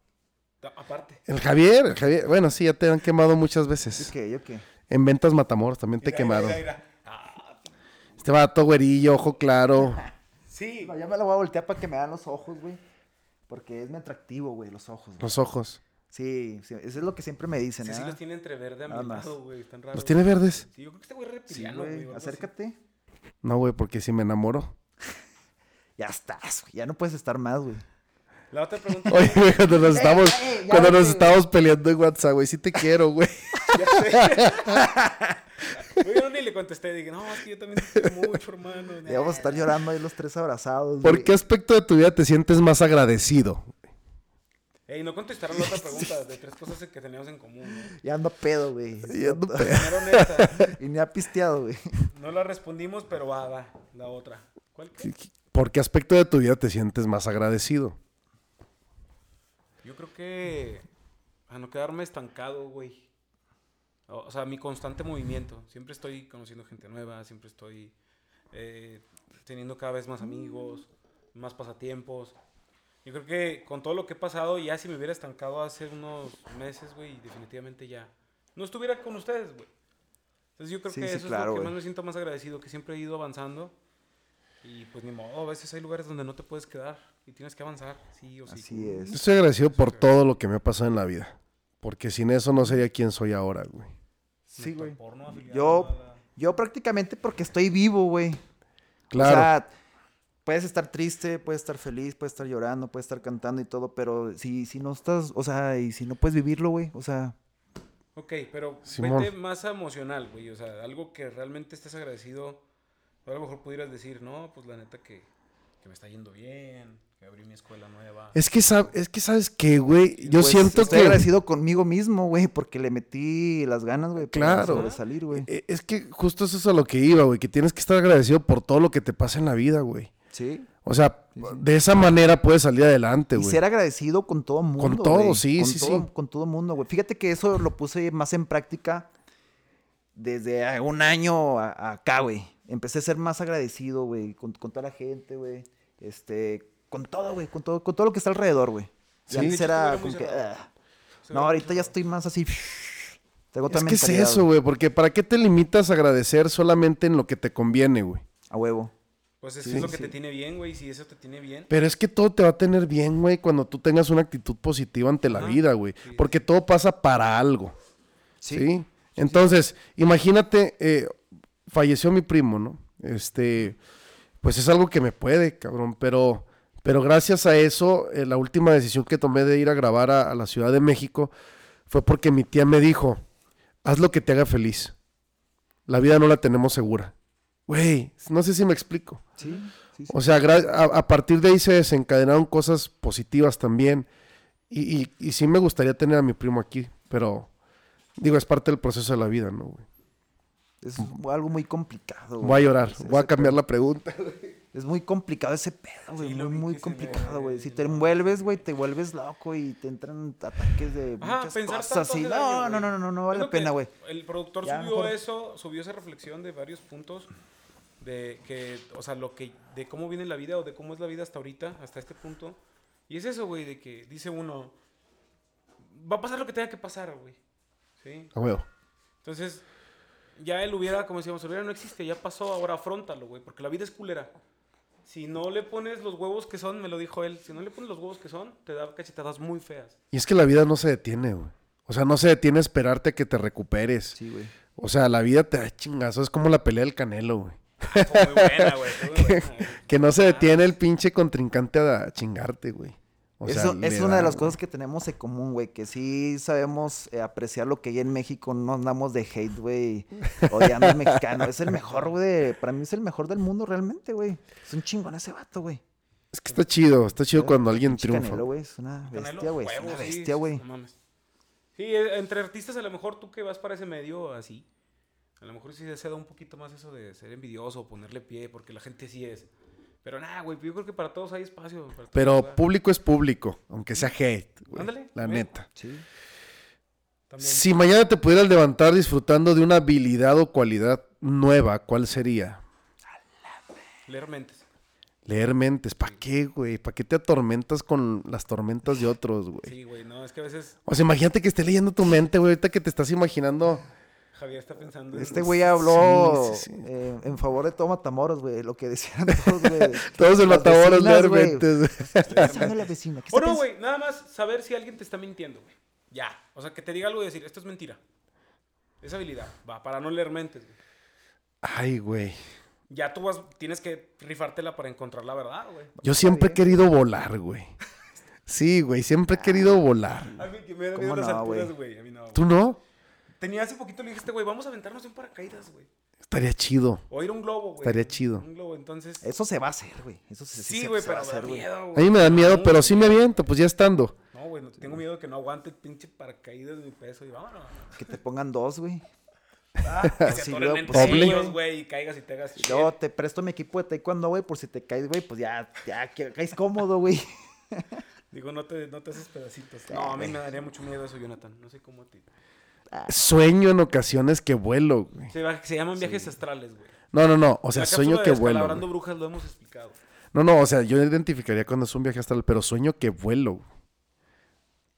D: Ta- Aparte.
B: El Javier, el Javier. Bueno, sí, ya te han quemado muchas veces.
A: Ok, ok.
B: En Ventas Matamoros también te
D: Mira,
B: quemaron.
D: mira, mira. Ah,
B: Este vato güerillo, ojo claro.
D: sí.
A: No, ya me la voy a voltear para que me vean los ojos, güey. Porque es mi atractivo, güey, los ojos. güey.
B: Los ojos.
A: Sí, sí, eso es lo que siempre me dicen,
D: Sí, sí
A: ¿ah?
D: los tiene entre verde a
A: Nada más.
D: güey. Están raros.
B: ¿Los tiene verdes?
D: Sí, yo creo que este güey es
A: Sí,
D: reptiliano,
A: güey,
D: güey. o algo así.
A: Acércate.
B: No, güey, porque si me enamoro.
A: Ya estás, güey. Ya no puedes estar más, güey.
D: La otra pregunta.
B: Oye, güey, cuando nos estamos,
A: eh, ya
B: cuando nos
A: vete,
B: estamos peleando en WhatsApp, güey, sí te quiero, güey.
D: Güey, yo ni le contesté. Dije, no, es que yo también te quiero mucho, hermano.
A: Ya vamos a estar llorando ahí los tres abrazados, güey.
B: ¿Por qué aspecto de tu vida te sientes más agradecido?
D: Ey, no contestaron la otra pregunta de tres cosas que teníamos en común, güey.
A: Ya ando pedo, güey.
B: Ya ando
D: Primero esta.
A: Y ni ha pisteado, güey.
D: No la respondimos, pero va, va. La otra. ¿Cuál qué?
B: ¿Por qué aspecto de tu vida te sientes más agradecido?
D: Yo creo que a no quedarme estancado, güey. O, o sea, mi constante movimiento. Siempre estoy conociendo gente nueva, siempre estoy eh, teniendo cada vez más amigos, más pasatiempos. Yo creo que con todo lo que he pasado, ya si me hubiera estancado hace unos meses, güey, definitivamente ya no estuviera con ustedes, güey. Entonces yo creo
A: Sí,
D: que
A: sí,
D: eso es
A: claro,
D: lo que
A: güey.
D: más me siento más agradecido, que siempre he ido avanzando. Y pues ni modo, a veces hay lugares donde no te puedes quedar y tienes que avanzar, sí o sí.
A: Así es.
B: Yo estoy agradecido por todo lo que me ha pasado en la vida. Porque sin eso no sería quien soy ahora, güey.
A: Sí,
D: Nuestro
A: güey.
D: porno afiliado
A: Yo,
D: a la-
A: yo prácticamente porque estoy vivo, güey.
B: Claro.
A: O sea, puedes estar triste, puedes estar feliz, puedes estar llorando, puedes estar cantando y todo, pero si, si no estás, o sea, y si no puedes vivirlo, güey, o sea,
D: Ok, pero
B: Simón.
D: vete más a emocional, güey. O sea, algo que realmente estés agradecido. O a lo mejor pudieras decir, no, pues la neta que, que me está yendo bien, que abrí mi escuela nueva.
B: es, que sab- es que sabes que, güey, yo
A: pues,
B: siento
A: estoy
B: que...
A: agradecido conmigo mismo, güey, porque le metí las ganas, güey, para
B: Claro.
A: sobresalir, güey.
B: Eh, Es que justo eso es a lo que iba, güey, que tienes que estar agradecido por todo lo que te pasa en la vida, güey.
A: Sí.
B: O sea, de esa manera puedes salir adelante,
A: y
B: güey.
A: ser agradecido con todo mundo.
B: todo,
A: güey.
B: sí,
A: Con
B: sí,
A: todo-
B: sí.
A: Con todo mundo, güey. Fíjate que eso lo puse más en práctica desde a- un año a- a acá, güey. Empecé a ser más agradecido, güey, con, con toda la gente, güey. Este, con todo, güey, con todo, con todo lo que está alrededor, güey.
B: Sí.
A: Y antes
D: De hecho,
A: era
D: estuviera
A: como
D: muy
A: que,
D: cerrado.
A: "Ah".
D: Se
A: No,
D: ve
A: ahorita
D: mucho.
A: ya estoy más así. Tengo otra
B: es que es
A: mentalidad,
B: eso, güey, porque ¿para qué te limitas a agradecer solamente en lo que te conviene, güey?
A: A huevo.
D: Pues eso
A: Sí,
D: es lo que
A: sí.
D: te tiene bien, güey. Si eso te tiene bien.
B: Pero es que todo te va a tener bien, güey, cuando tú tengas una actitud positiva ante la
D: Ajá.
B: vida, güey.
D: Sí.
B: Porque todo pasa para algo, ¿sí?
A: Sí.
B: Entonces, imagínate, eh, falleció mi primo, ¿no? Este, pues es algo que me puede, cabrón, pero, pero gracias a eso, eh, la última decisión que tomé de ir a grabar a, a la Ciudad de México fue porque mi tía me dijo, haz lo que te haga feliz. La vida no la tenemos segura. Güey, no sé si me explico.
A: Sí, sí, sí.
B: O sea, gra- a, a partir de ahí se desencadenaron cosas positivas también. Y, y- y sí me gustaría tener a mi primo aquí, pero digo, es parte del proceso de la vida, ¿no? güey?
A: Es algo muy complicado, güey.
B: Voy a llorar,
A: Ese-
B: voy a
A: ese
B: cambiar la pregunta.
A: Es muy complicado ese pedo, güey.
D: Sí, lo
A: muy,
D: vi
A: muy
D: que se
A: complicado,
D: ve,
A: güey. Si
D: no.
A: te envuelves, güey, te vuelves loco y te entran ataques de
D: Ajá,
A: muchas
D: pensar
A: cosas.
D: tanto
A: Y...
D: hace
A: No,
D: daño,
A: no,
D: güey.
A: no, no, no, no
D: Es
A: vale
D: lo
A: la
D: que
A: pena, güey.
D: El productor
A: Ya,
D: subió
A: mejor.
D: eso, subió esa reflexión de varios puntos de que, o sea, lo que, de cómo viene la vida o de cómo es la vida hasta ahorita, hasta este punto. Y es eso, güey, de que dice uno, va a pasar lo que tenga que pasar, güey. ¿Sí?
B: A huevo.
D: Entonces, ya él hubiera, como decíamos, hubiera no existe, ya pasó, ahora afrontalo, güey, porque la vida es culera. Si no le pones los huevos que son, me lo dijo él, si no le pones los huevos que son, te da cachetadas muy feas.
B: Y es que la vida no se detiene, güey. O sea, no se detiene a esperarte a que te recuperes.
A: Sí, güey.
B: O sea, la vida te da chingazo. Es como la pelea del canelo, güey.
D: Fue muy buena, güey, fue muy buena, güey.
B: Que no se detiene el pinche contrincante a chingarte, güey. O sea,
A: Eso
B: le
A: es una
B: da,
A: de las
B: güey.
A: cosas que tenemos en común, güey. Que sí sabemos eh, apreciar lo que hay en México. No andamos de hate, güey. Odiando al mexicano. Es el mejor, güey. Para mí es el mejor del mundo, realmente, güey. Es un chingón ese vato, güey.
B: Es que está chido, está chido cuando alguien
A: Pinche
B: triunfa.
A: Canelo, güey. Es una
D: Tener los
A: bestia, güey. Es una
D: huevos, sí,
A: bestia,
D: sí,
A: güey.
D: no mames. Sí, eh, entre artistas a lo mejor tú que vas para ese medio así, a lo mejor sí se da un poquito más eso de ser envidioso, ponerle pie, porque la gente sí es. Pero nada, güey, yo creo que para todos hay espacio. para todos hay
B: Pero
D: lugar.
B: público es público, aunque sea hate, güey.
D: Ándale,
B: la
D: güey.
B: neta.
A: Sí.
D: También.
B: Si mañana te pudieras levantar disfrutando de una habilidad o cualidad nueva, ¿cuál sería?
D: Leer mentes.
B: Leer mentes. ¿Para qué, güey? ¿Para qué te atormentas con las tormentas de otros, güey?
D: Sí, güey, no, es que a veces
B: O sea, imagínate que esté leyendo tu mente, güey. Ahorita que te estás imaginando.
D: Javier está pensando en-
A: Este güey habló
B: sí, sí.
A: eh, en favor de todo Matamoros, güey. Lo que decían todos, güey.
B: Todos el
A: Las
B: mataboros
A: vecinas,
B: leer
A: güey.
B: mentes. güey.
A: ¿Qué está pensando la vecina? ¿Qué
D: O
A: está
D: no,
A: pens-
D: güey, nada más saber si alguien te está mintiendo, güey. Ya. O sea, que te diga algo y decir, esto es mentira. Esa habilidad, va, para no leer mentes, güey.
B: Ay, güey.
D: Ya tú vas, tienes que rifártela para encontrar la verdad, güey.
B: Yo siempre he querido volar, güey. Sí, güey.
D: Ah.
B: Siempre he querido volar.
D: A mí que me da
A: ¿Cómo
D: miedo las
A: no,
D: alturas,
A: güey?
D: güey. A mí no. güey.
B: ¿Tú no?
D: Tenía hace poquito le dije a este güey, vamos a aventarnos de un paracaídas, güey.
B: Estaría chido.
D: O ir a un globo, güey.
B: Estaría chido.
D: Un globo, entonces.
A: Eso se va a hacer, güey. Eso se,
D: Sí,
A: se-
D: güey,
A: se va
D: pero
A: a
D: me da
A: hacer, güey.
D: miedo,
B: A
D: güey.
B: mí me da miedo,
D: Mucho
B: pero sí me
D: miedo.
B: aviento, pues ya estando.
D: No, güey, no, tengo miedo de que no aguante el pinche paracaídas de mi peso y vámonos. Ah,
A: Que te pongan dos, güey.
D: Que se
A: Sí,
D: atoren
A: luego,
D: entre
A: pues,
D: ellos,
A: sí.
D: güey, y caigas y te hagas shit.
A: Yo te presto mi equipo de taekwondo, güey, por si te caes, güey, pues ya, ya que caes cómodo, güey.
D: Digo, no te, no te haces pedacitos. No, a mí me daría mucho miedo eso, Jonathan. No sé cómo a ti.
B: Sueño en ocasiones que vuelo, güey.
D: Se, va- se llaman viajes astrales, güey.
B: No, no, no. O
D: La
B: sea,
D: cápsula
B: sueño
D: de
B: que vuelo.
D: Descalabrando
B: güey.
D: brujas lo hemos explicado.
B: No, no, o sea, yo identificaría cuando es un viaje astral, pero sueño que vuelo.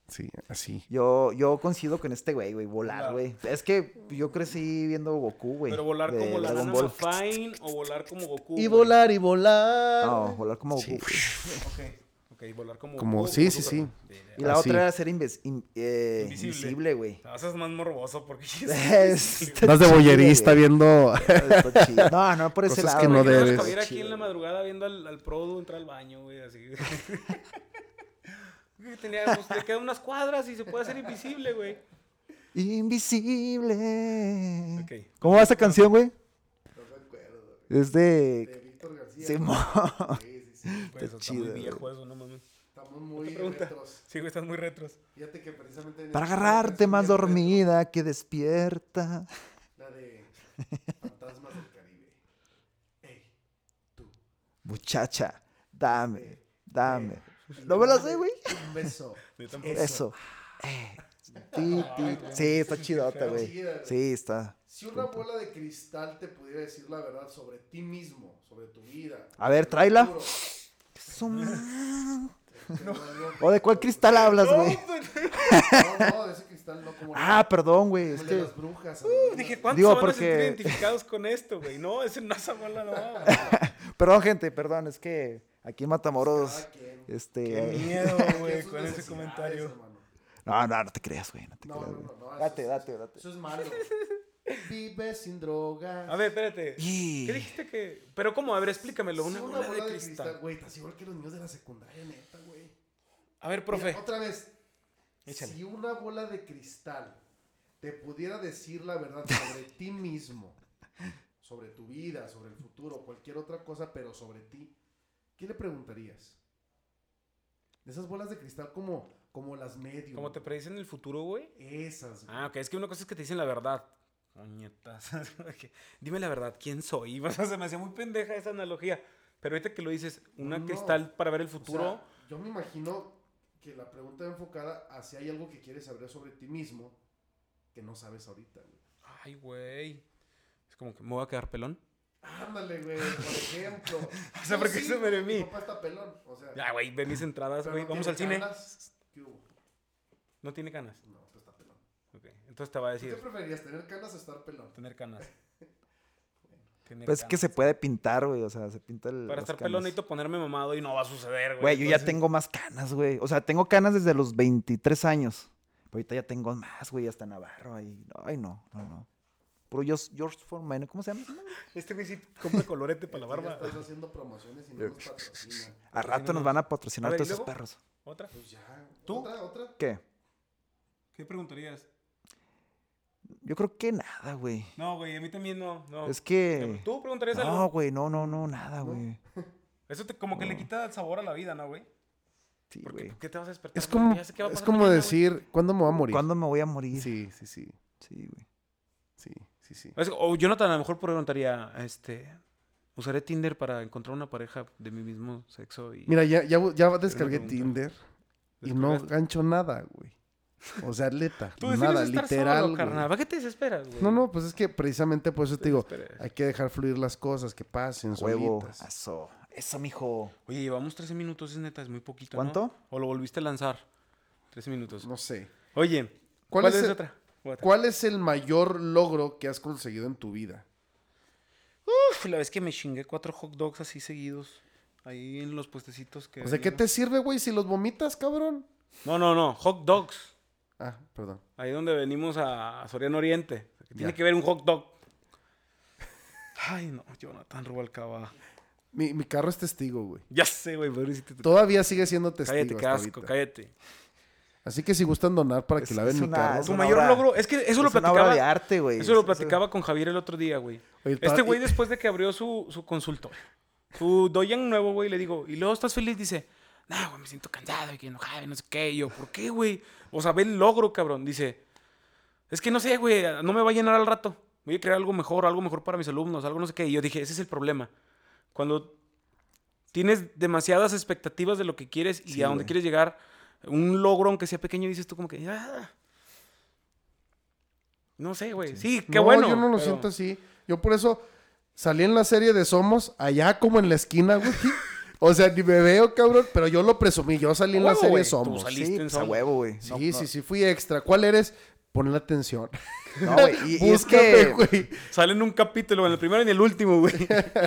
B: Sí, así.
A: Yo, yo coincido con este güey, güey, volar,
D: Volar.
A: güey. Es que yo crecí viendo Goku, güey.
D: Pero volar
A: de
D: como la
A: Dragon
D: nana
A: Ball.
D: Fine o volar como Goku.
B: Y
D: güey.
B: volar y volar.
A: No, volar como Goku.
B: Sí.
D: Ok, ok, volar como
B: Como-
D: Goku,
B: sí, sí,
D: Superman.
B: Ah, sí.
A: Y la
B: Así.
A: otra era ser inves- in- eh,
D: Invisible.
A: invisible, güey.
D: Te vas a hacer más morboso porque...
A: Está
B: Más de
A: chido,
B: boyerista
A: güey.
B: viendo.
A: Está chido. No, no por ese
B: Cosas
A: lado.
B: que
A: güey.
B: no
D: Imagínate
B: debes.
D: Javier aquí
A: Chido.
D: en la madrugada viendo al, al Produ entrar al baño, güey, así. Tenía, pues, le quedan unas cuadras y se puede hacer invisible, güey.
A: Invisible.
D: Ok.
A: ¿Cómo va esa canción, güey? Es de.
B: Víctor García.
A: Simón.
D: Pues, está
A: chido,
D: muy
A: güey.
D: viejo eso, no mames.
B: Estamos
D: Otra
B: muy
D: pregunta. Sí, güey, estás muy retros.
B: Fíjate que precisamente.
A: Para agarrarte más dormida que despierta.
B: La de Fantasmas del Caribe.
A: Muchacha, dame, dame. No me la sé, güey.
B: Un beso.
D: Yo tampoco.
A: eh, Eso. Eh, ti, ti. Sí, está chidota, güey. Sí, está.
B: Si una bola de cristal te pudiera decir la verdad sobre ti mismo, sobre tu vida.
A: A ver, tráela. Su ma- ¿O de cuál cristal hablas, güey?
B: No, no, de ese cristal no como.
A: Ah, perdón, güey. Es
B: como
A: que.
B: el de
A: Uh,
B: las brujas.
D: Dije, ¿cuántos
A: Digo,
D: se van a sentir
A: porque-
D: identificados con esto, güey? No, ese no es bola, no. güey.
A: Perdón, gente, perdón. Es que aquí en Matamoros.
D: Qué
A: Este. eh,
D: miedo, güey, con ese comentario.
A: No, no, no te creas, güey. No te
B: No,
A: creas,
B: no,
A: güey.
B: no, no, eso
A: Date,
B: es-
A: date, date.
B: Eso es malo. Vive sin drogas.
D: A ver, espérate.
A: Y-
D: ¿Qué dijiste que...? Pero cómo, a ver, explícamelo.
B: Sí,
D: Una bola de cristal.
B: Güey, estás igual que los niños de la secundaria, neta, güey.
D: A ver,
B: Mira,
D: profe.
B: Otra vez.
D: Échale.
B: Si una bola de cristal te pudiera decir la verdad sobre ti mismo, sobre tu vida, sobre el futuro, cualquier otra cosa, pero sobre ti, ¿qué le preguntarías? De Esas bolas de cristal como, como las medios.
D: ¿Cómo te predicen el futuro, güey?
B: Esas. güey.
D: Ah, ok, es que una cosa es que te dicen la verdad. Puñetas. Ok, Dime la verdad, ¿quién soy? O sea, se me hacía muy pendeja esa analogía. Pero ahorita que lo dices, una
B: No.
D: cristal para ver el
B: O
D: futuro.
B: sea, yo me imagino que la pregunta va enfocada a si hay algo que quieres saber sobre ti mismo que no sabes ahorita, güey.
D: Ay, güey. Es como que me voy a quedar pelón.
B: Ándale, güey, por ejemplo.
D: O sea, ¿por qué se me ve a mí?
B: Mi papá está pelón, o sea.
D: Ya, Ah, güey, ve mis entradas,
B: pero
D: güey.
B: no
D: Vamos
B: tiene
D: al cine.
B: canas. ¿Qué hubo?
D: No tiene canas.
B: No, pues está pelón.
D: Ok, Entonces te va a
B: ¿Tú ¿Qué
D: decir
B: preferirías, tener canas o estar pelón?
D: tener canas. Tener
A: Pues es que
D: canas.
A: se puede pintar, güey. O sea, se pinta el.
D: Para
A: las
D: estar
A: canas.
D: pelón necesito ponerme mamado y no va a suceder, güey.
A: Güey, yo ya
D: Entonces,
A: tengo más canas, güey. O sea, tengo canas desde los 23 años. Pero ahorita ya tengo más, güey, hasta Navarro. Ahí. Ay, no, no, no. Puro George, George Foreman, ¿cómo se llama?
D: Este güey sí compra colorete para la
B: Ya
D: barba.
B: estás haciendo promociones y no nos patrocinan.
A: A rato nos van a patrocinar
D: A ver,
A: todos
D: ¿y
A: esos
D: luego?
A: perros.
D: ¿Otra?
B: Pues ya.
D: ¿Tú?
B: ¿Otra, otra?
A: ¿Qué?
D: ¿Qué preguntarías?
A: Yo creo que nada, güey.
D: No, güey, a mí también no. no.
A: Es que.
D: ¿Tú preguntarías
A: No,
D: algo?
A: güey, no, no, no, nada, güey.
D: Eso te, como que le quita el sabor a la vida, ¿no, güey?
A: Sí,
D: Porque
A: güey.
D: ¿por qué te vas a despertar?
B: Es como,
D: Ya sé qué va a
B: es
D: pasar
B: como
D: mañana,
B: decir, ¿cuándo me voy a morir?
A: ¿Cuándo me voy a morir? Sí,
B: Sí, sí, sí.
A: güey.
B: Sí, sí, sí.
D: güey. Es- o Jonathan a lo mejor preguntaría, este, usaré Tinder para encontrar una pareja de mi mismo sexo y...
B: Mira, ya, ya, ya descargué
D: pregunta.
B: Tinder y no
D: Descargaste.
B: gancho nada, güey. O sea, neta,
D: Tú decides
B: nada,
D: estar
B: literal.
D: solo,
B: güey.
D: carnal. ¿Para qué te desesperas, güey?
B: No, no, pues es que precisamente por eso te digo,
D: desesperes.
B: hay que dejar fluir las cosas, que pasen
A: Huevo.
B: solitas.
A: Eso. Eso, mijo.
D: Oye, llevamos 13 minutos, es neta, es muy poquito, ¿no?
A: ¿Cuánto?
D: ¿O lo volviste a lanzar? 13 minutos.
B: No sé.
D: Oye,
B: ¿Cuál
D: ¿cuál,
B: es
D: es,
B: el-
D: otra? Otra.
B: ¿Cuál es el mayor logro que has conseguido en tu vida?
D: Uf, la vez que me chingué cuatro hot dogs así seguidos, ahí en los puestecitos que...
B: O sea, ¿qué te
D: vendían.
B: sirve, güey, si los vomitas, cabrón?
D: No, no, no, hot dogs.
B: Ah, perdón.
D: Ahí donde venimos a a Soriano Oriente. que Tiene
B: Ya.
D: que ver un hot dog. Ay, no, Jonathan Rubalcaba.
B: Mi, mi carro es testigo, güey.
D: Ya sé, güey, pero hiciste tu-
B: Todavía sigue siendo testigo.
D: Cállate, qué
B: hasta
D: asco,
B: ahorita.
D: cállate.
B: Así que si gustan donar para que
A: Es-
B: laven
A: es
B: mi
A: una-
B: carro.
A: es
D: Tu
A: una
D: mayor
A: obra-
D: logro. Es que eso lo
A: es Una obra
D: platicaba.
A: de arte, güey.
D: eso lo platicaba con Javier el otro día, güey.
B: Oye, estaba-
D: Este güey, después de que abrió su, su consultorio, su doyan nuevo, güey, le digo, y luego estás feliz, dice, nah, güey, me siento cansado y que enojado y no sé qué. Y yo, ¿por qué, güey? O sea, ve el logro, cabrón. Dice, es que no sé, güey, no me va a llenar al rato. voy a crear algo mejor, algo mejor para mis alumnos, algo no sé qué. Y yo dije, ese es el problema. Cuando tienes demasiadas expectativas de lo que quieres y
A: Sí,
D: a dónde
A: güey.
D: quieres llegar, un logro, aunque sea pequeño, dices tú como que... "Ah". No sé, güey. Sí, qué
B: No,
D: bueno.
B: Yo no lo
D: pero-
B: siento así. Yo por eso salí en la serie de Somos allá como en la esquina, güey. O sea, ni me veo, cabrón, pero yo lo presumí. Yo salí en la
D: Huevo,
B: serie
D: güey, tú
B: Somos.
D: salí.
B: Sí,
A: Sí,
D: Listo, en
A: pues a
D: Somos.
A: huevo, güey. No,
B: sí,
A: no,
B: sí, fui extra. ¿Cuál eres? Ponle atención.
A: No, Ah, güey. Y, y es
B: Búscame,
A: que.
B: güey.
D: Sale en un capítulo, en el primero y en el último, güey.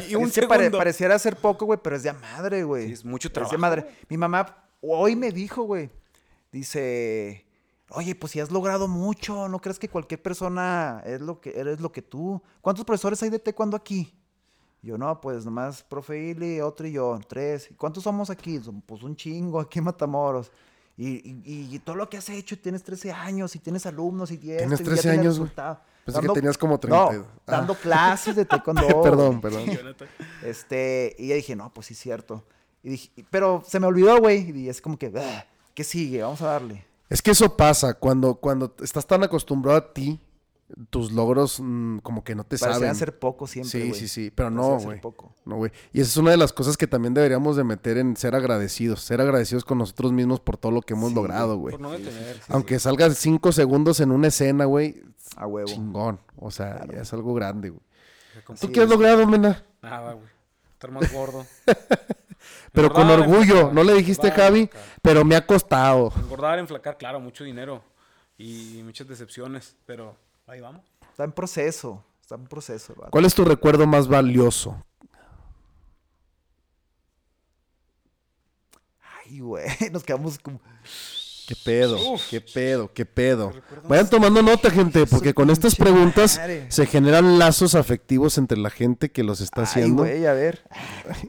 D: Y un
A: es que pare-
D: segundo.
A: pareciera ser poco, güey, pero es de a madre, güey.
D: Sí, es mucho
A: Es de
D: trabajo,
A: madre. Mi mamá hoy me dijo, güey. Dice, oye, pues si has logrado mucho, ¿no crees que cualquier persona es lo que eres lo que tú? ¿Cuántos profesores hay de taekwondo aquí? Yo, no, pues nomás profe Ili, otro y yo, tres. ¿Y ¿Cuántos somos aquí? "Som- Pues un chingo, aquí en Matamoros. Y, y- y- y todo lo que has hecho, tienes 13 años y tienes alumnos y tienes...
B: Tienes 13 años, güey. Pensé que tenías como 32.
A: No,
B: Ah.
A: dando clases de taekwondo.
B: Perdón, perdón.
A: Este, y ya dije, no, pues sí, cierto. Y dije, pero se me olvidó, güey. Y es como que, "Ah, ¿qué sigue? Vamos a darle.
B: Es que eso pasa cuando, cuando estás tan acostumbrado a ti, tus logros mm, como que no te
A: Parecían
B: saben.
A: ser poco siempre.
B: sí,
A: güey.
B: sí, sí, pero
A: Parecían
B: no,
A: ser
B: güey.
A: poco.
B: No, güey. Y esa es una de las cosas que también deberíamos de meter en ser agradecidos, ser agradecidos con nosotros mismos por todo lo que hemos
A: Sí,
B: logrado, güey.
D: Por no detenerse.
B: Aunque salgas cinco segundos en una escena, güey,
A: A huevo.
B: chingón. O sea, ya es algo grande, güey. ¿Tú
A: Sí,
B: qué has
A: sí.
B: logrado, mena?
D: Nada, güey. Estar más gordo.
B: Pero con
D: Engordar,
B: orgullo.
D: enflacar,
B: No le dijiste,
D: engordar,
B: Javi,
D: enflacar.
B: pero me ha costado.
D: Engordar, enflacar, claro, mucho dinero. Y muchas decepciones, pero ahí vamos.
A: Está en proceso. Está en proceso, el vato.
B: ¿Cuál es tu recuerdo más valioso?
A: Ay, güey. Nos quedamos como.
B: ¿Qué pedo?
D: Uf.
B: ¿Qué pedo? ¿Qué pedo? Vayan tomando nota, gente, porque con estas
A: pinche
B: preguntas
A: madre.
B: se generan lazos afectivos entre la gente que los está
A: Ay,
B: haciendo.
A: güey, a ver.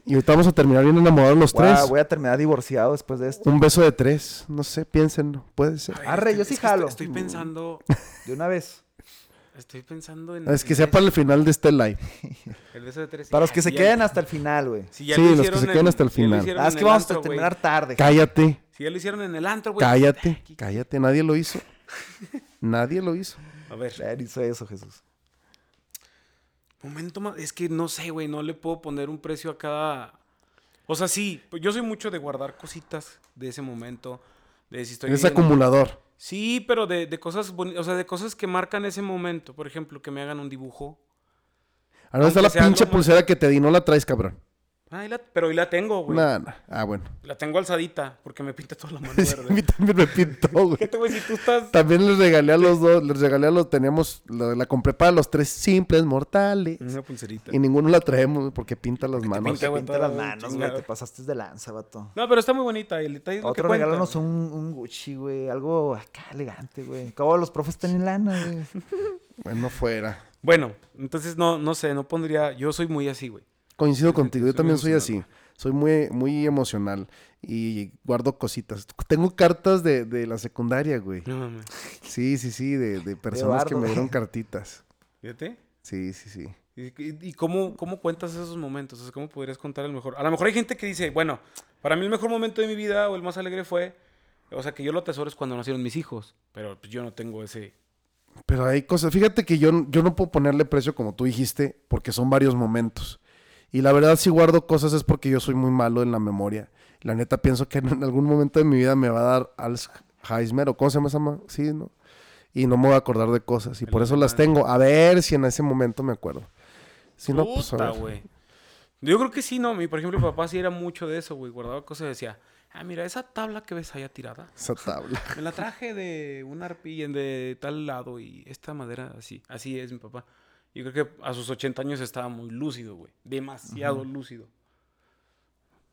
B: Y ahorita vamos a terminar bien enamorados los
A: Guau,
B: tres.
A: voy a terminar divorciado después de esto.
B: Un beso de tres. No sé, piénsenlo. Puede ser.
A: Arre, yo
D: Es
A: sí
D: que estoy-
A: jalo.
D: Estoy, pensando.
A: De una vez.
D: Estoy pensando en.
B: No, Es que sea
D: en
B: para el final de este live.
D: eso, el beso de tres.
A: Para los que
D: Ah,
A: se
D: si
A: queden
D: ya-
A: hasta el final, güey.
D: si ya
B: Sí,
D: lo
B: los que
D: hicieron
B: se queden
D: en-
B: hasta el
D: si ya lo
B: final.
D: hicieron
A: Ah,
D: en
A: es que
D: el
A: vamos a
D: antro, güey.
A: terminar tarde.
B: Cállate,
D: Si ya lo hicieron en el antro, güey.
B: cállate, cállate. Nadie lo hizo. Nadie lo hizo.
D: A ver.
A: Ya hizo eso, Jesús.
D: Momento más. Es que no sé, güey. No le puedo poner un precio a cada. O sea, sí. Yo soy mucho de guardar cositas de ese momento. De si estoy
B: Es
D: bien.
B: acumulador.
D: Sí, pero de, de cosas boni- o sea, de cosas que marcan ese momento. Por ejemplo, que me hagan un dibujo.
B: Ahora está la
D: Aunque sea
B: pinche
D: algo más-
B: pulsera que te di. No la traes, cabrón.
D: Ah, y la- pero hoy la tengo, güey.
B: Nah, nah. Ah, bueno.
D: La tengo alzadita porque me pinta toda la mano
B: Sí, a mí
D: verde.
B: también me pintó, güey.
D: Fíjate, güey, si tú estás...
B: También les regalé a los dos, les regalé a los, teníamos, la, la compré para los tres simples mortales.
D: Una pulserita.
B: Y ninguno la traemos güey, porque pinta las
A: No
B: manos.
A: te
D: pinta, güey,
A: pinta
D: toda
A: las
D: la
A: manos, güey.
D: chingada.
A: Te pasaste de lanza, vato.
D: No, pero está muy bonita. y El detalle es lo que
A: Otro
D: cuenta,
A: regálanos
D: güey.
A: un, un Gucci, güey. Algo acá elegante, güey. Cabo los profes tienen lana, güey.
B: Bueno, fuera.
D: Bueno, entonces no, no sé, no pondría... Yo soy muy así, güey.
B: Coincido contigo, yo
D: soy
B: también soy así.
D: emocional.
B: Soy muy, muy emocional y guardo cositas. Tengo cartas de, de la secundaria, güey.
D: No mames.
B: Sí, sí, sí, de, de personas que
A: bardo.
B: me dieron cartitas.
D: Fíjate.
B: Sí, sí, sí.
D: ¿Y, y- y cómo, cómo cuentas esos momentos? O sea, ¿Cómo podrías contar el mejor? A lo mejor hay gente que dice, bueno, para mí el mejor momento de mi vida o el más alegre fue... O sea, que yo lo atesoro es cuando nacieron mis hijos. Pero pues, yo no tengo ese...
B: Pero hay cosas, fíjate que yo, yo no puedo ponerle precio como tú dijiste, porque son varios momentos. Y la verdad, si guardo cosas es porque yo soy muy malo en la memoria. La neta, pienso que en algún momento de mi vida me va a dar Alzheimer o cómo se llama esa ma- Sí, ¿no? Y no me voy a acordar de cosas. Y por eso las tengo. A ver si en ese momento me acuerdo. Si no, pues a
D: Puta,
B: ver.
D: güey. Yo creo que sí, no. Mi, por ejemplo, mi papá sí era mucho de eso, güey. Guardaba cosas y decía, ah, mira, esa tabla que ves allá tirada,
B: Esa tabla.
D: me la traje de un arpilla de tal lado y esta madera así. Así es mi papá. Yo creo que a sus 80 años estaba muy lúcido, güey. Demasiado lúcido.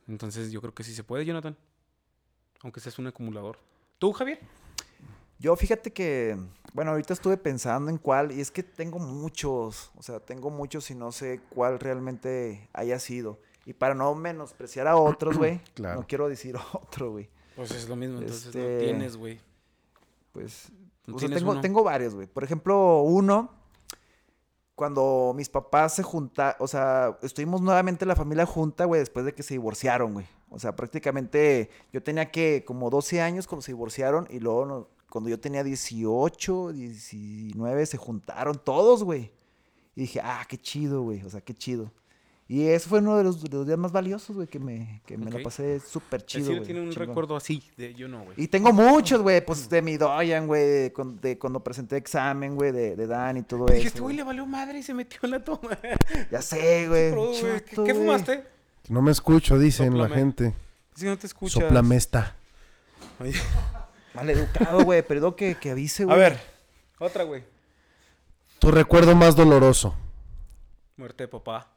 D: Entonces yo creo que sí se puede, Jonathan. Aunque seas un acumulador. ¿Tú, Javier?
A: Yo fíjate que, bueno, ahorita estuve pensando en cuál, y es que tengo muchos, o sea, tengo muchos y no sé cuál realmente haya sido. Y para no menospreciar a otros, güey,
B: Claro.
A: no quiero decir otro, güey.
D: Pues es lo mismo, entonces no
A: Este,
D: tienes, güey.
A: Pues,
D: ¿No
A: o sea,
D: tienes
A: tengo,
D: uno?
A: tengo varios, güey. Por ejemplo, uno, cuando mis papás se juntaron, o sea, estuvimos nuevamente la familia junta, güey, después de que se divorciaron, güey. O sea, prácticamente yo tenía que como 12 años cuando se divorciaron y luego no- cuando yo tenía 18, 19 se juntaron todos, güey. Y dije, ah, qué chido, güey. O sea, qué chido. Y eso fue uno de los, de los días más valiosos, güey, que me, que me
D: Ok.
A: la pasé súper
D: El
A: chido,
D: cine
A: güey.
D: tiene un
A: chingón.
D: recuerdo así de yo no, güey.
A: Y tengo muchos, güey, pues de mi Doyan, güey, de, cuan- de cuando presenté examen, güey, de, de Dan y todo
D: Dije,
A: eso.
D: este güey le valió madre y se metió en la toma.
A: Ya sé, güey.
D: Pero, güey, ¿Qué,
A: chato,
D: qué
A: güey.
D: fumaste?
B: No me escucho, dicen la
D: Sóplame.
B: gente.
D: Si no te escuchas.
B: Soplamesta.
D: Oye,
A: Maleducado, güey, perdón que, que avise,
D: A
A: güey.
D: ver, otra, güey.
B: Tu recuerdo más doloroso.
D: Muerte de papá.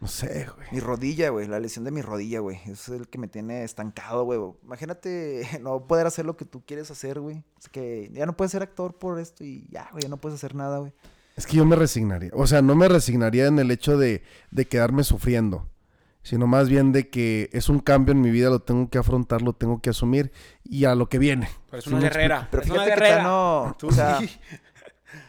B: No sé, güey.
A: Mi rodilla, güey, la lesión de mi rodilla, güey. Es el que me tiene estancado, güey. Imagínate no poder hacer lo que tú quieres hacer, güey. Es que ya no puedes ser actor por esto y ya, güey, ya no puedes hacer nada, güey.
B: Es que yo me resignaría. O sea, no me resignaría en el hecho de, de quedarme sufriendo, sino más bien de que es un cambio en mi vida, lo tengo que afrontar, lo tengo que asumir y a lo que viene.
D: Pero es
B: Sí
D: una
B: me explico.
D: guerrera.
A: Pero
D: es una
A: fíjate que
D: guerrera.
A: todavía no.
D: Tú
A: o sea,
D: sí.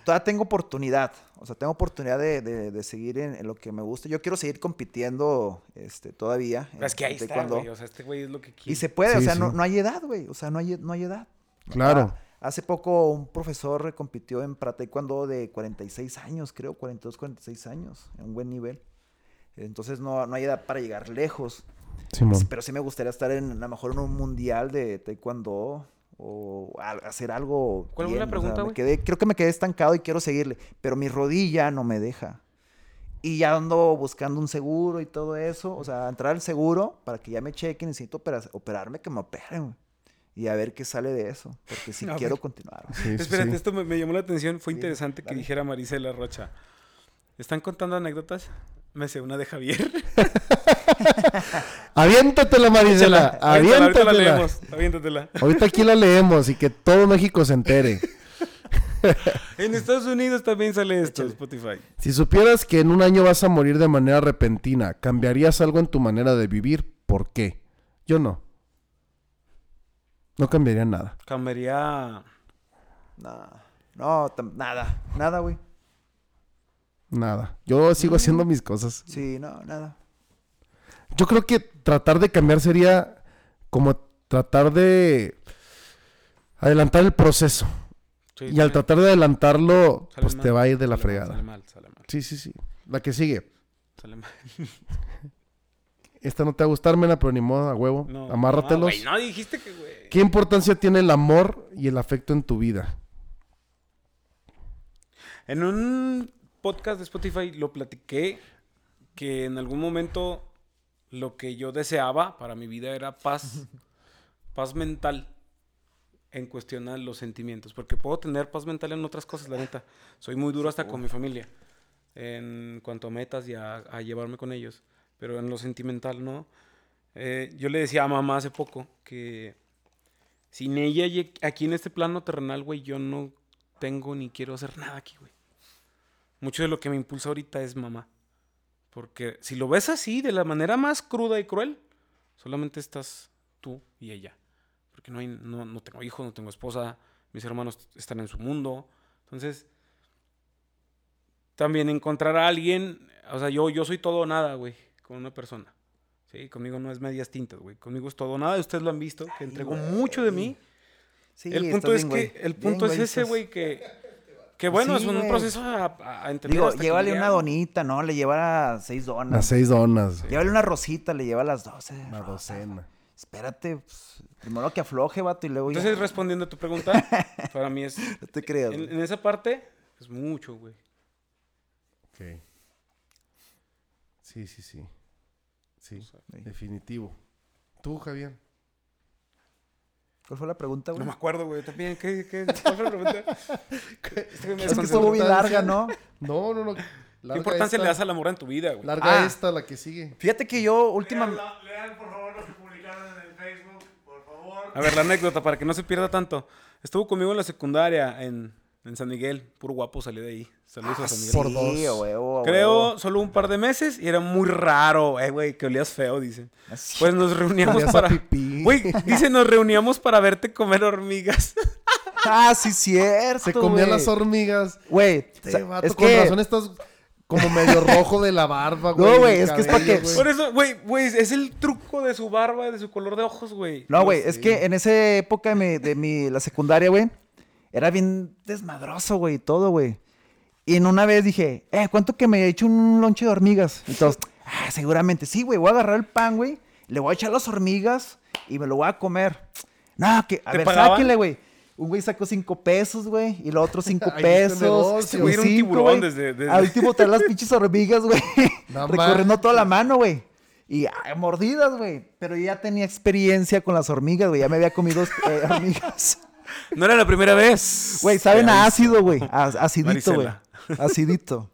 A: todavía tengo oportunidad. O sea, tengo oportunidad de, de- de seguir en, en lo que me gusta. Yo quiero seguir compitiendo este, todavía.
D: Pero es que ahí
A: en
D: está,
A: taekwondo.
D: güey. O sea, este güey es lo que quiere.
A: Y se puede, o
B: Sí,
A: sea,
B: sí.
A: No, no hay edad, güey. O sea, no hay, no hay edad.
B: Claro.
A: Ah, hace poco un profesor compitió en Prata Taekwondo de 46 años, creo, 42, 46 años, en un buen nivel. Entonces no, no hay edad para llegar lejos.
B: Simón.
A: Pero sí me gustaría estar en, a lo mejor en un mundial de Taekwondo o al- hacer algo.
D: ¿Cuál fue
A: bien,
D: la
A: o sea,
D: pregunta,
A: me
D: güey?
A: quedé- creo que me quedé estancado y quiero seguirle, pero mi rodilla no me deja. Y ya ando buscando un seguro y todo eso. O sea, entrar al seguro para que ya me chequen. Necesito opera- operarme, que me operen. güey. Y a ver qué sale de eso. Porque si
D: A
A: quiero
D: ver.
A: continuar. güey.
B: Sí, sí,
D: Espérate,
B: sí.
D: esto me, me llamó la atención. Fue
A: Sí,
D: interesante que
A: dale.
D: dijera Marisela Rocha. ¿Están contando anécdotas? Me sé una de Javier.
B: Aviéntatela, Marisela.
D: Ahorita- ahorita la
B: Aviéntatela.
D: leemos. Aviéntatela.
B: Ahorita aquí la leemos y que todo México se entere.
D: En Estados Unidos también sale esto, Spotify.
B: Si supieras que en un año vas a morir de manera repentina, ¿cambiarías algo en tu manera de vivir? ¿Por qué? Yo no. No cambiaría nada.
D: Cambiaría.
A: No, no, tam- nada. Nada, güey.
B: Nada. Yo sigo
D: Mm.
B: haciendo mis cosas.
A: Sí, no, nada.
B: Yo creo que tratar de cambiar sería como tratar de adelantar el proceso.
D: Sí,
B: Y al
D: sale-
B: tratar de adelantarlo,
D: sale
B: pues
D: mal,
B: te va a ir de la
D: sale mal, Sale
B: fregada.
D: mal, sale mal.
B: Sí, sí, sí. La que sigue.
D: Sale mal.
B: Esta no te va a gustar, mena, pero ni modo, a huevo.
D: No, No,
B: Amárratelos.
D: güey, no dijiste que, güey.
B: ¿Qué importancia tiene el amor y el afecto en tu vida?
D: En un podcast de Spotify lo platiqué que en algún momento lo que yo deseaba para mi vida era paz, paz mental en cuestión a los sentimientos, porque puedo tener paz mental en otras cosas, la neta. Soy muy duro hasta con mi familia en cuanto a metas y a, a llevarme con ellos, pero en lo sentimental no. Eh, yo le decía a mamá hace poco que sin ella y aquí en este plano terrenal, güey, yo no tengo ni quiero hacer nada aquí, güey. Mucho de lo que me impulsa ahorita es mamá. Porque si lo ves así, de la manera más cruda y cruel, solamente estás tú y ella. Porque no, hay, no, no tengo hijos, no tengo esposa, mis hermanos están en su mundo. Entonces, también encontrar a alguien, o sea, yo, yo soy todo o nada, güey, con una persona. Sí, conmigo no es medias tintas, güey. Conmigo es todo o nada, y ustedes lo han visto, que entrego
A: güey.
D: mucho de mí
A: Sí,
D: el
A: estás
D: punto es
A: bien,
D: que
A: güey.
D: el
A: Bien,
D: punto es ese,
A: estás-
D: güey, que, que bueno,
A: Sí,
D: es un
A: güey.
D: proceso a, a, a entender
A: Digo,
D: hasta que
A: llévale
D: ya-
A: una donita, ¿no? Le llevará seis
B: Las
A: donas.
B: seis donas.
A: Llévale una rosita, le lleva las doce.
B: Una docena.
A: Espérate, pues, primero que afloje, vato, y luego ya.
D: Entonces, respondiendo a tu pregunta, para mí es.
A: No te creas.
D: En,
A: güey.
D: en esa parte, es mucho, güey.
B: Ok. Sí, sí, sí. Sí,
A: Sí.
B: definitivo. Tú, Javier.
A: ¿Cuál fue la pregunta,
D: No
A: güey?
D: me acuerdo, güey. También, ¿qué, qué, cuál fue la pregunta? Este güey me
A: es que
D: desconcentró.
A: estuvo bien larga,
B: importancia.
A: ¿no?
B: No, no, no.
D: ¿Qué importancia le das al amor en tu vida, güey?
A: Larga Ah.
B: esta, la que sigue.
A: Fíjate que yo últimamente.
C: Lean, lean, por favor lo que publicaron en el Facebook, por favor.
D: A ver, la anécdota, para que no se pierda tanto. Estuvo conmigo en la secundaria, en, en San Miguel. Puro guapo salí de ahí. Saludos a San Miguel.
B: por dos.
A: Ah, Sí, a huevo, a
D: Creo
A: huevo.
D: solo un par de meses y era muy raro, eh, güey, que olías feo, dicen.
A: Así.
D: Pues nos reuníamos
B: Olías a
D: para.
B: pipí.
D: Güey, dice, nos reuníamos para verte comer hormigas.
A: Ah, sí, cierto.
B: Se comía
A: güey.
B: las hormigas.
A: Güey,
B: Este
A: o sea,
B: vato,
A: es
B: con
A: que.
B: razón estás como medio rojo de la barba, güey.
A: güey,
B: el
A: es que es pa'
B: cabello,
A: que-
B: güey.
D: Por eso, güey, güey, es el truco de su barba, de su color de ojos, güey.
A: No, güey, es que en esa época de mi, de mi- la secundaria, güey, era bien desmadroso, güey, y todo, güey. Y en una vez dije, eh, ¿cuánto que me he hecho un lonche de hormigas? Entonces, ah, seguramente, sí, güey, voy a agarrar el pan, güey, le voy a echar las hormigas y me lo voy a comer. No, que, a
D: ¿Te
A: ver,
D: pagaban?
A: sáquenle, güey. Un güey sacó cinco pesos, güey, y el otro cinco
B: Ahí está el
A: pesos.
B: negocio.
A: y
D: Güey, era un
A: cinco,
D: tiburón
A: güey.
D: desde- desde-
A: Al último traer las pinches hormigas, güey,
B: No
A: recorriendo
B: manches.
A: toda la mano, güey. Y ay, mordidas, güey. Pero yo ya tenía experiencia con las hormigas, güey. Ya me había comido eh, hormigas.
D: No era la primera vez.
A: Güey, saben a ácido, güey. A- acidito, güey.
D: Varicela.
A: Acidito.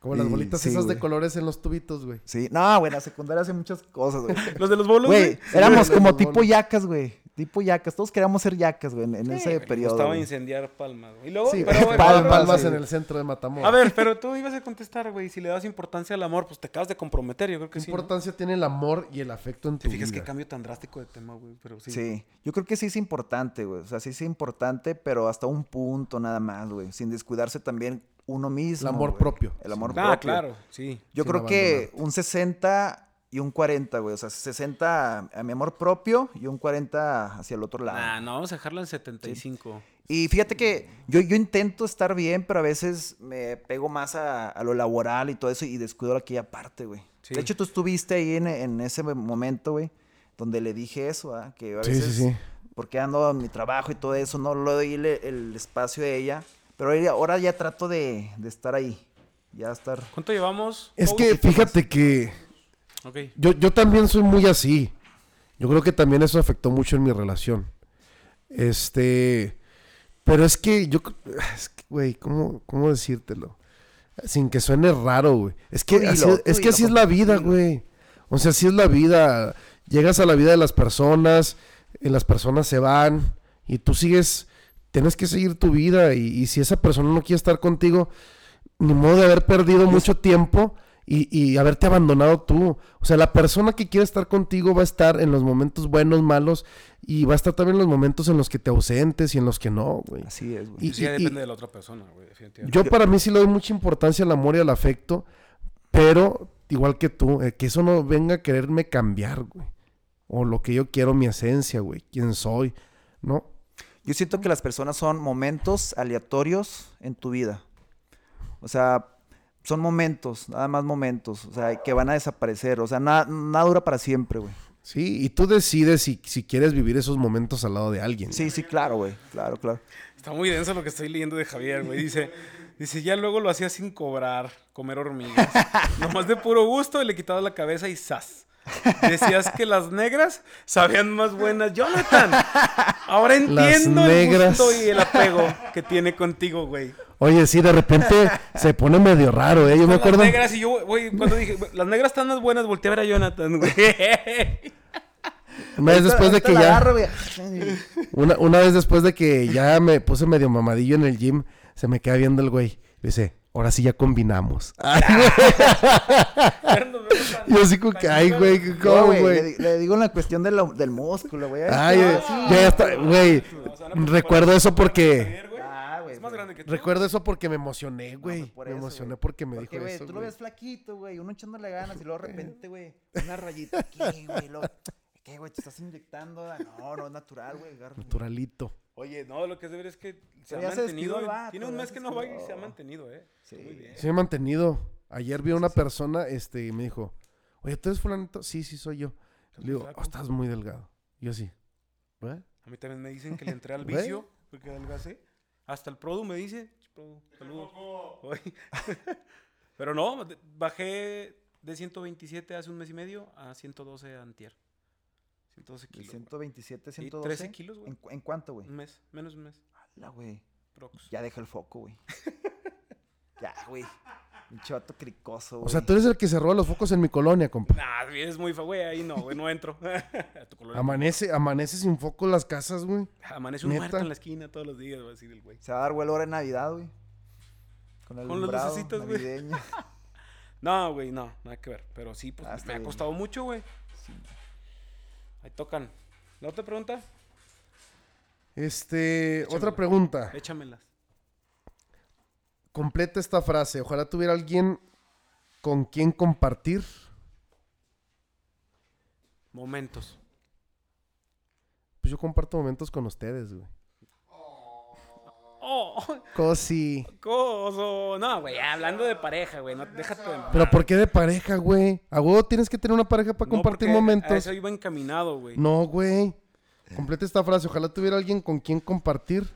B: Como las
A: Y-
B: bolitas
A: sí,
B: esas
A: güey.
B: de colores en los tubitos, güey.
A: Sí. No, güey, en la secundaria hacen muchas cosas, güey.
D: Los de los bolos,
A: Güey,
D: güey.
A: éramos
B: Sí,
A: como
B: los
A: tipo
B: bolos.
A: yacas, güey. Tipo yacas. Todos queríamos ser yacas, güey, en, en ese periodo.
D: Estaba
A: güey.
D: incendiar palmas. güey. Y luego,
B: Sí,
D: pero,
B: güey,
D: bueno,
A: palmas,
B: palmas
A: sí.
B: en el centro de Matamoros.
D: A ver, pero tú ibas a contestar, güey. Si le das importancia al amor, pues te acabas de comprometer. Yo creo
B: ¿Qué
D: que sí. ¿no?
B: importancia tiene el amor y el afecto en tu
D: Te fijas
B: vida?
D: qué cambio tan drástico de tema, güey. Pero sí.
A: Sí. Yo creo que sí es importante, güey. O sea, sí es importante, pero hasta un punto nada más, güey. Sin descuidarse también uno mismo.
B: El amor
A: güey.
B: propio.
A: El amor propio.
D: Ah, claro, sí.
A: Yo
B: Sin
A: creo que un 60 y un 40, güey. O sea, 60 a mi amor propio y un 40 hacia el otro lado.
D: Nah, no, vamos a dejarlo en 75.
A: Y fíjate que yo, yo intento estar bien, pero a veces me pego más a, a lo laboral y todo eso y descuido aquella parte, güey.
D: Sí.
A: De hecho, tú estuviste ahí en, en ese momento, güey, donde le dije eso, ¿ah? Que yo a
B: Sí,
A: veces,
B: sí, sí.
A: porque ando en mi trabajo y todo eso, no le doy el, el espacio a ella. Pero ahora- ahora ya trato de, de estar ahí, ya estar...
D: ¿Cuánto llevamos?
B: Es
D: coach?
B: que fíjate que
D: Ok.
B: yo, yo también soy muy así. Yo creo que también eso afectó mucho en mi relación. Este. Pero es que yo. Es que, güey, ¿cómo, ¿cómo decírtelo? Sin que suene raro, güey. Es que,
A: Tú dilo,
B: así,
A: tú
B: es, que
A: dilo,
B: así es la
A: compa, tú
B: vida,
A: dilo.
B: güey. O sea, así es la vida. Llegas a la vida de las personas, y las personas se van, y tú sigues. Tienes que seguir tu vida, y, y si esa persona no quiere estar contigo, ni modo de haber perdido mucho tiempo y, y haberte abandonado tú. O sea, la persona que quiere estar contigo va a estar en los momentos buenos, malos, y va a estar también en los momentos en los que te ausentes y en los que no, güey.
A: Así es, güey.
B: Y-
D: sí, Pues ya depende de la otra persona, güey. definitivamente.
B: Yo para mí sí le doy mucha importancia al amor y al afecto, pero igual que tú, eh, que eso no venga a quererme cambiar, güey. O lo que yo quiero, mi esencia, güey, quién soy, ¿no?
A: Yo siento que las personas son momentos aleatorios en tu vida. O sea, son momentos, nada más momentos, o sea, que van a desaparecer. O sea, na- nada dura para siempre, güey.
B: Sí, y tú decides si, si quieres vivir esos momentos al lado de alguien.
A: Sí, sí, claro, güey. Claro, claro.
D: Está muy denso lo que estoy leyendo de Javier, güey. Dice, dice, ya luego lo hacía sin cobrar, comer hormigas. Nomás de puro gusto le quitabas la cabeza y ¡zas! Decías que las negras sabían más buenas. Jonathan, ahora entiendo el
B: negras.
D: gusto y el apego que tiene contigo, güey.
B: Oye, sí, de repente se pone medio raro, ¿eh? Yo me
D: Con
B: acuerdo.
D: Las negras y yo, güey, cuando dije, "Güey, las negras están más buenas, volteé a ver a Jonathan, güey.
B: Una vez
A: Ahorita-
B: después de
A: ahorita
B: que
A: la
B: ya.
A: agarro, güey.
B: Una, una vez después de que ya me puse medio mamadillo en el gym, se me queda viendo el güey. Le dice, ahora sí ya combinamos.
A: Ah.
B: Ay, güey. Yo así como que, ay, güey,
A: No,
B: ¿cómo,
A: güey, le
B: güey?
A: di- Le, digo en la cuestión de lo- del músculo, güey.
B: Ay,
A: Ah,
B: eh, yo ya está, güey. Recuerdo eso porque.
A: Ah, güey.
D: Es más grande que tú.
B: Recuerdo eso porque me emocioné, güey.
A: por
B: me
A: eso,
B: emocioné
A: güey.
B: porque me
A: Porque,
B: dijo
A: güey,
B: eso.
A: tú lo
B: güey.
A: ves flaquito, güey. Uno echándole ganas y luego de repente, güey, una rayita aquí, güey. y luego, ¿Qué, güey? ¿Te estás inyectando? No, no es natural, güey. agarra-
B: Naturalito.
D: Oye, no, lo que es de ver es que se
A: Pero
D: ha
A: ya se despidió
D: mantenido.
A: el
D: en-
A: vato,
D: Tiene un
A: ya
D: mes
A: se
D: que no va y
A: despidió.
D: se ha mantenido, ¿eh?
A: Sí.
D: Muy bien.
B: Sí, me he mantenido. Ayer vi a una persona, este, y me dijo, oye, ¿tú eres fulanito? Sí, sí, soy yo. Le digo,
D: flaco.
B: "Oh, estás muy delgado. Yo sí. ¿Güey?
D: A mí también me dicen que le entré al
B: Güey.
D: vicio porque adelgacé. Hasta el Produ me dice. Produ, saludos. Oye. Pero no, de- bajé de 127 hace un mes y medio a 112 antier. 112
A: De
D: kilos.
A: 127,
D: Sí,
A: 112.
D: 13 kilos, güey.
A: ¿En, cu- en cuánto, güey?
D: güey. Un mes, menos un mes.
A: Ala, güey.
D: Prox.
A: Ya deja el foco, güey. ya, güey. Un chavato cricoso, güey.
B: O sea, tú eres el que se roba los focos en mi colonia, compa.
D: Nah, es muy fa, güey, ahí no, güey, no entro. a tu color.
B: Amanece, amanece sin foco en las casas, güey.
D: Amanece un muerto
B: Neta.
D: en la esquina todos los días, va a decir el güey.
A: Se va a dar vuelo ahora en Navidad, güey. Con el
D: Con los lucecitos, güey.
A: navideño.
D: No, güey, no, nada que ver. Pero sí, pues
A: Ah,
D: me
A: está
D: ha
A: bien.
D: costado mucho, güey. Ahí tocan. ¿La otra pregunta?
B: Este, otra
D: Échamela.
B: pregunta.
D: Échamelas.
B: Completa esta frase. Ojalá tuviera alguien con quien compartir
D: Momentos.
B: Pues yo comparto momentos con ustedes, güey.
D: Oh,
B: Cosi.
D: coso. No, güey, hablando de pareja, güey. No, déjate de
B: Pero ¿por qué de pareja, güey? A huevo tienes que tener una pareja para
D: No,
B: compartir
D: porque a- A
B: momentos.
D: eso iba encaminado, güey.
B: No, güey. Completa esta frase. Ojalá tuviera alguien con quien compartir.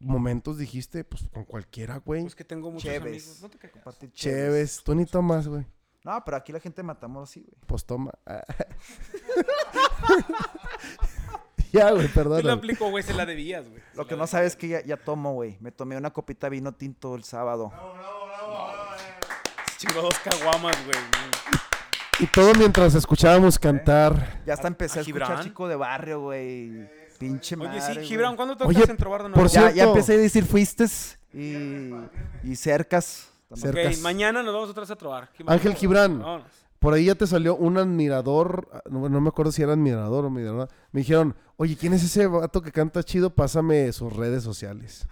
B: Momentos dijiste, pues con cualquiera, güey.
D: Pues que tengo muchos
A: Cheves.
D: amigos. No te creas.
A: Compartir cheves.
B: Chéves. Tú ni
D: pues.
B: tomas, güey.
A: No, pero aquí la gente matamos así, güey.
B: Pues toma. ya, güey,
D: Sí la
B: perdón.
D: aplico, güey, se la debías, güey.
A: Lo que no sabes es que ya, ya tomo, güey. Me tomé una copita de vino tinto el sábado.
C: Bravo, bravo, bravo. bravo, eh.
D: Chingó dos caguamas, güey.
B: Y todo mientras escuchábamos cantar.
A: Ya hasta empecé a,
D: a
A: escuchar
D: Gibran?
A: chico de barrio, güey. Pinche madre,
D: Oye, sí,
A: güey.
D: Gibran, ¿cuándo tocas
B: Oye,
D: en Trobar de
B: por
D: nuevo?
A: Ya, ya
B: cierto.
A: empecé a decir fuiste y, y cercas.
B: Cer-
D: Ok,
B: cercas.
D: mañana nos vamos otra vez a Trobar.
B: Ángel Gibran.
D: Vámonos.
B: Por ahí ya te salió un admirador. ah, No, no me acuerdo si era admirador o admirador. Me dijeron, oye, ¿quién es ese vato que canta chido? Pásame sus redes sociales.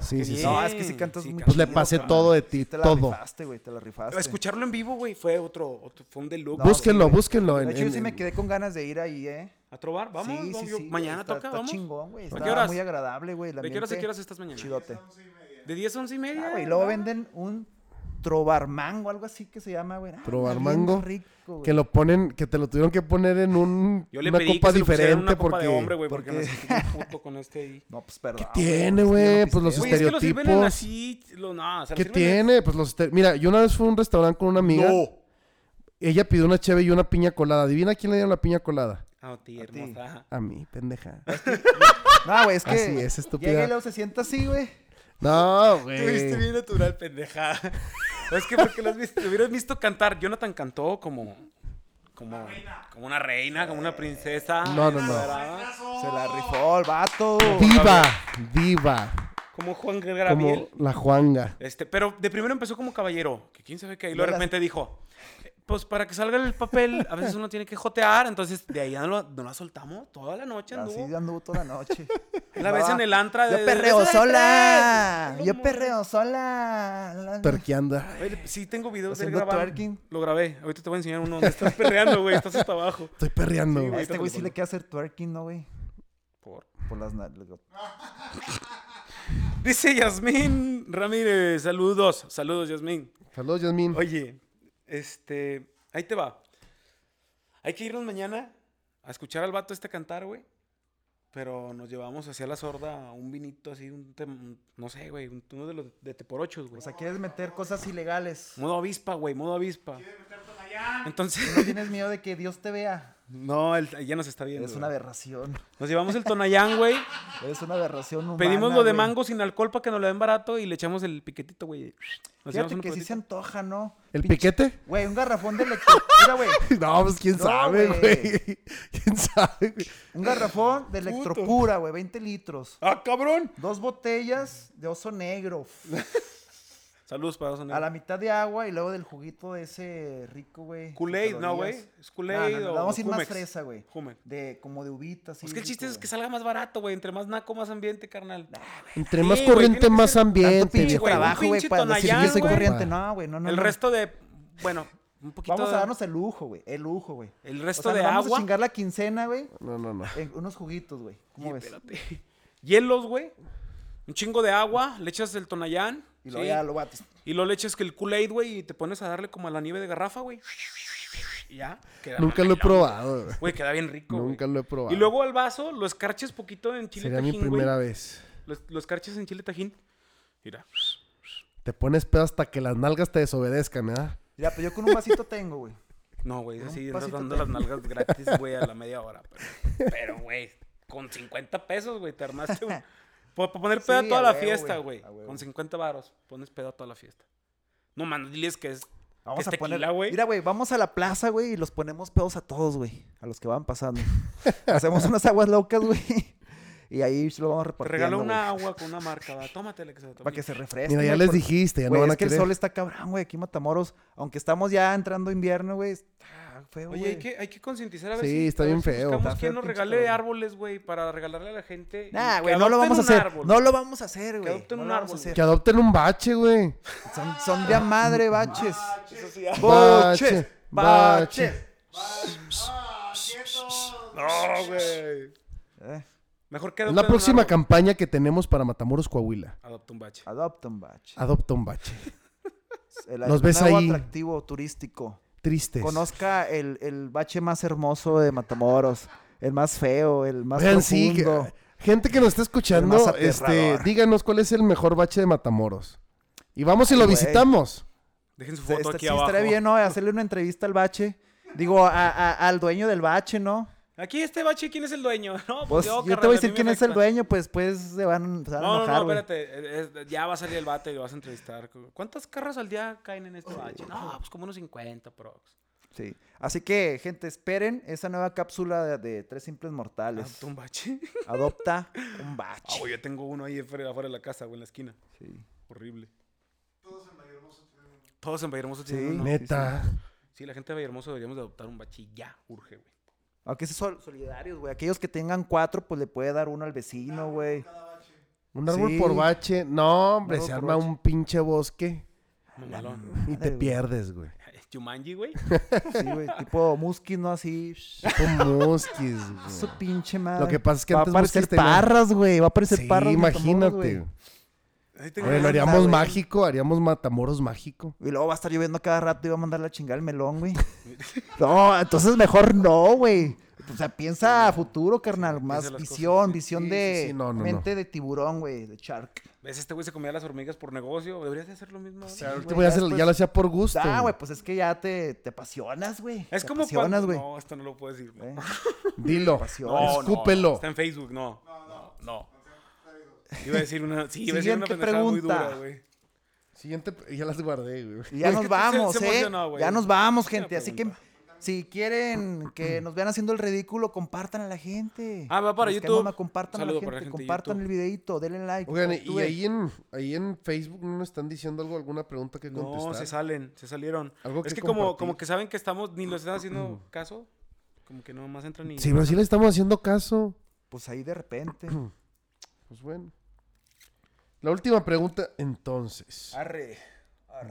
B: Sí, sí, sí.
A: No, es que si cantas
D: Sí,
A: muy
D: Pues
B: le
A: chido,
B: pasé
A: carnal.
B: todo de ti,
A: te la
B: todo.
A: rifaste, güey, te la rifaste.
D: Escucharlo en vivo, güey, fue otro, otro fue un deluxe.
A: No,
B: búsquenlo,
A: sí, güey.
B: búsquenlo. en-
A: De hecho, yo
B: en-
A: sí me
B: en-
A: quedé con ganas de ir ahí, ¿eh?
D: ¿A Trobar? Vamos,
A: sí, sí,
D: vamos, yo-
A: sí, güey,
D: mañana
A: está-
D: toca,
A: está
D: vamos.
A: chingón, güey.
D: qué
A: Está
D: horas?
A: muy agradable, güey. el
D: ¿De qué horas a
A: ambiente.
D: qué horas estás mañana?
A: Chidote.
D: De 10 a 11 y media.
A: Ah, güey, luego venden un trobarmango, algo así que se llama, güey. Ah,
B: Trobarmango,
A: bien rico, güey.
B: que lo ponen, que te lo tuvieron que poner en un,
D: Yo le
B: una
D: pedí
B: copa
D: que se lo pusieran en
B: diferente
D: una copa
B: porque.
D: de hombre, güey, porque,
A: porque-
D: me sentí bien puto con este ahí.
A: No, pues perdón.
B: tiene,
A: es que yo
B: güey?
A: no
B: Pues los
A: pisteo.
D: Güey, es que lo sirven en
B: Estereotipos.
D: así, lo, no, o sea, lo
B: ¿Qué
D: sirven en-
B: tiene? Pues los este- Mira, yo una vez fui a un restaurante con una amiga. Ella pidió una cheve y una piña colada. Adivina quién le dieron la piña colada.
D: Ah, ti,
A: ti.
D: hermosa.
B: A mí, pendeja.
A: No, güey, es que.
B: Así es, estúpida.
A: Llega y luego se sienta así, güey.
B: No,
D: Tuviste
B: güey.
D: bien natural, pendejada. es que porque lo has visto, lo hubieras visto cantar. Jonathan cantó como. Como, como una reina, como una princesa.
B: No, no, no.
D: ¿verdad?
A: Se la rifó el vato.
B: Diva, diva.
D: Como Juan
B: Como
D: Gabriel.
B: la Juanga.
D: Este, pero de primero empezó como caballero, que quién sabe qué, y luego de
A: Luego las-
D: repente dijo, "Eh, pues para que salga el papel, a veces uno tiene que jotear, entonces de ahí ya no, lo- no la soltamos, toda la noche
A: Así
D: anduvo.
A: anduvo toda la noche.
D: La ves en el antra de-
A: Yo perreo
D: de-
A: sola.
D: Lo
A: Yo
D: mo-
A: perreo sola. La-
B: Perqueanda.
D: Oye, sí tengo videos del
A: Haciendo
D: grabado.
A: twerking.
D: Lo grabé, ahorita te voy a enseñar uno donde estás perreando, güey, estás hasta abajo.
B: Estoy perreando,
D: Sí,
A: A
B: güey.
A: este güey sí le queda hacer twerking, ¿no, güey?
D: Por-
A: Por las narices.
D: Dice Yasmín Ramírez, saludos, saludos Yasmín.
B: Saludos, Yasmin.
D: Oye, este, ahí te va. Hay que irnos mañana a escuchar al vato este cantar, güey. Pero nos llevamos hacia la sorda un vinito así, un, tem- un- no sé, güey, un- uno de los de Teporochos, güey.
A: O sea, quieres meter cosas ilegales.
D: modo avispa, güey, modo avispa.
A: No
D: Entonces,
A: tienes miedo de que Dios te vea.
D: no, él ya nos está viendo.
A: Es una
D: güey.
A: aberración.
D: Nos llevamos el Tonayán, güey.
A: Es una aberración humana.
D: Pedimos lo de
A: güey.
D: mango sin alcohol para que nos lo den barato y le echamos el piquetito, güey. Nos llevamos
A: Fíjate
D: una
A: que sí
D: cosita.
A: se antoja, ¿no?
B: ¿El
A: Pinche-
B: piquete?
A: Güey, un garrafón de electro. Mira, güey.
B: No, pues quién
A: No,
B: sabe,
A: güey.
B: güey. Quién sabe, güey.
A: Un garrafón de electrocura, güey. 20 litros.
D: ¡Ah, cabrón!
A: Dos botellas de oso negro.
D: Saludos para
A: A la mitad de agua y luego del juguito de ese rico, güey. sin
D: Kool-Aid, no, güey.
A: calorías.
D: Es Kool-Aid
A: No, no, no,
D: o
A: Vamos a ir más
D: Jumex.
A: fresa, güey.
D: Jumex.
A: De, como de uvitas. así
D: Pues que el
A: rico,
D: chiste es que
A: güey.
D: salga más barato, güey. Entre más naco, más ambiente, carnal.
B: Entre
D: Sí,
B: más
D: güey,
B: corriente,
D: tiene que
B: más
D: ser
A: Tanto
B: ambiente,
A: pinche
D: güey,
B: viejo.
D: un
A: trabajo, güey,
D: pinche
A: para decir yo soy
D: tonallán,
A: corriente.
B: güey.
A: No, güey, no, no.
D: el
A: no.
D: resto de. Bueno, un poquito.
A: Vamos a darnos el lujo, güey. El lujo, güey.
D: El
A: O
D: resto
A: sea,
D: de
A: nos vamos
D: agua.
A: a chingar la quincena, güey.
B: No, no, no.
A: En unos juguitos, güey. ¿Cómo
D: Oye,
A: ves?
D: espérate. Hielos, güey. Un chingo de agua. Le echas el tonayán.
A: Y luego
D: sí,
A: ya lo bates.
D: Y luego le echas que el Kool-Aid, güey. Y te pones a darle como a la nieve de garrafa, güey. Y ya. queda
B: Nunca lo he
D: mamelón,
B: probado, güey.
D: Güey, queda bien rico. güey.
B: Nunca lo he probado.
D: Y luego al vaso lo escarches poquito en chile
B: Sería mi
D: tajín, güey.
B: primera vez.
D: Los, los escarches en chile tajín. Mira.
B: Te pones pedo hasta que las nalgas te desobedezcan, ¿verdad?
A: Ya, pero yo con un vasito tengo, güey.
D: No, güey, así
A: pasito
D: dando las nalgas gratis, güey, a la media hora. Pero, pero, güey, con 50 pesos, güey, te armaste un... Por, por poner pedo
A: Sí,
D: a toda
A: a
D: la
A: huevo,
D: fiesta,
A: güey,
D: güey.
A: a huevo.
D: Con 50 varos, pones pedo a toda la fiesta. No, man, diles que es, que
A: Vamos
D: es
A: a poner.
D: tequila, güey.
A: Mira, güey, vamos a la plaza, güey, y los ponemos pedos a todos, güey. A los que van pasando. Hacemos unas aguas locas, güey. Y ahí se lo vamos
D: Te
A: repartiendo.
D: regalo una
A: güey,
D: agua con una marca, va. Tómatela que se la tome.
A: Para que se refresque.
B: Mira, ya les dijiste, ya no
A: Güey,
B: van
A: es
B: a
A: que el
B: querer.
A: sol está cabrón, güey, aquí en Matamoros. Aunque estamos ya entrando invierno, güey, está feo,
D: Oye,
A: güey.
D: hay que, hay que concientizar a ver
B: Sí,
D: si...
B: está
D: a ver
B: bien
D: si
B: feo.
D: Buscamos
A: Está feo
D: quién
A: el
D: nos
A: pinche
D: regale
A: cabrón.
D: árboles, güey, para regalarle a la gente. y
A: Nah,
D: que
A: güey, no lo
D: adopten
A: vamos a
D: un
A: hacer.
D: árbol.
A: No lo vamos a hacer, güey.
D: adopten
A: no
D: un
A: lo vamos a
D: árbol,
A: hacer.
B: Que adopten un bache, güey.
A: Son, son de a madre, baches.
D: Eso sí, ah.
A: Boches, baches.
C: Ah, quietos.
D: No, güey.
A: Eh,
D: Mejor queda.
B: Es la próxima campaña que tenemos para Matamoros, Coahuila.
D: Adopta un bache.
A: Adopta un bache.
B: Adopta un bache.
A: El
B: Nos Ah, ves
A: nuevo
B: ahí.
A: atractivo turístico.
B: Tristes.
A: Conozca el, el bache más hermoso de Matamoros. El más feo, el más
B: Oigan, sí, que-
A: profundo.
B: gente que nos está
A: El
B: escuchando,
A: más
B: este,
A: aterrador.
B: díganos cuál es el mejor bache de Matamoros. Y vamos y
A: Ay,
B: lo
A: güey.
B: visitamos.
D: Dejen su
A: Este-
D: foto
A: este-
D: aquí
A: sí,
D: abajo.
A: estaría bien, ¿no? Hacerle una entrevista al bache. Digo, a- a- al dueño del bache, ¿no?
D: Aquí este bache, ¿quién es el dueño? No,
A: Pues,
D: pues
A: yo,
D: carnal,
A: te voy a
D: mí
A: decir
D: me
A: quién es
D: afecta.
A: el dueño, pues pues se van, se van a
D: No, no,
A: enojar,
D: no,
A: güey.
D: espérate. eh, eh, ya va a salir el vato y lo vas a entrevistar. ¿Cuántas carros al día caen en este bache? No, pues como unos 50, prox.
A: Sí. Así que, gente, esperen esa nueva cápsula de, de Tres Simples Mortales.
D: ¿Adopta Ah, un bache?
A: Adopta un
D: Ah,
A: bache.
D: güey, yo tengo uno ahí afuera, afuera de la casa, güey, en la esquina.
A: Sí.
D: Horrible. Todos en Vallehermoso
A: Sí.
D: tienen uno. Todos en Vallehermoso tienen uno.
B: Neta.
D: Sí, la gente de Vallehermoso deberíamos de adoptar un bache ya. Urge, güey.
A: Aunque sí son solidarios, güey. Aquellos que tengan cuatro, pues le puede dar uno al vecino, güey.
B: Un árbol
A: Sí.
B: por bache. No, hombre,
A: Un árbol
B: se
A: por
B: arma
A: bache.
B: un pinche bosque
D: Mamalón.
B: y
A: Madre,
B: te
A: güey.
B: pierdes, güey.
D: Jumanji, güey.
A: Sí, güey. tipo Muskin, ¿no? Así. shh,
B: Con mosquis,
A: Su
B: güey.
A: pinche madre.
B: Lo que pasa es que
A: va
B: antes
A: a aparecer
B: Musquis tenía-
A: parras, güey. Va a aparecer
B: Sí,
A: parras. Matamoros,
B: imagínate.
A: güey.
B: güey.
D: Ahí tengo
B: Güey, Lo
D: una-
A: haría-
B: haríamos
A: güey.
B: mágico, haríamos Matamoros mágico.
A: Y luego va a estar lloviendo cada rato y va a mandar la chingada el melón, güey. No, entonces mejor no, güey. O sea, piensa a futuro, carnal. Más
D: las cosas.
A: visión, visión
B: Sí,
A: de
B: sí, sí, no, no, no.
A: mente de tiburón, güey, de shark.
D: ¿Ves? Este güey se comía las hormigas por negocio. Deberías de hacer lo mismo. ahora.
B: O sea, ahorita
A: güey,
B: voy a
A: ya
B: hacer-
A: después-
B: ya lo hacía por gusto.
A: Ah,
B: güey.
A: güey, pues es que ya te, te apasionas, güey.
D: Es
A: Te
D: como
A: apasionas,
D: cuando-
A: güey.
D: No, esto no lo puedo decir.
A: ¿Eh?
B: Dilo.
A: pasión.
D: No, no,
B: escúpelo.
D: no, Está en Facebook, no. No, no. Iba a decir una, sí, iba a decir
A: Siguiente
D: una pendejada muy
A: pregunta.
D: dura, güey.
B: Siguiente, ya las guardé, güey.
A: Y ya
D: Es que
A: nos
D: se-
A: vamos,
D: se
A: ¿eh?
D: emocionó, güey.
A: ya nos vamos,
D: Una
A: gente. Así que
D: pregunta.
A: si quieren que nos vean haciendo el ridículo, compartan a la gente.
D: Ah, va para
A: Busquemos
D: YouTube.
A: una- compartan a la
D: Saludo
A: gente,
D: para la gente de
A: compartan el
D: YouTube.
A: videito, denle like.
B: Oigan, y- y
A: actúen.
B: ahí en, ahí en Facebook no nos están diciendo algo, alguna pregunta que contestar.
D: No, se salen, se salieron.
B: Algo
D: es
B: que
D: que como,
B: compartir. Mm.
D: como que saben que estamos, ni los están haciendo caso. Como que no más entran ni.
B: Sí, pero sí le estamos haciendo caso.
A: Pues ahí de repente.
B: Pues bueno. La última pregunta, entonces.
A: Ah,
D: Arre.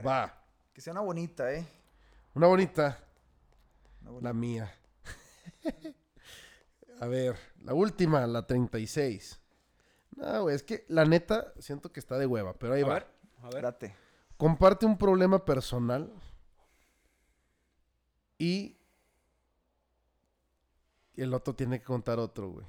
B: Va.
A: Que sea una bonita, ¿eh?
B: Una bonita.
A: Una bonita.
B: La mía. A ver, la última, la 36. No, güey, es que la neta siento que está de hueva, pero ahí
D: A
B: va.
D: ver, a ver.
A: Date.
B: Comparte un problema personal y el otro tiene que contar otro, güey.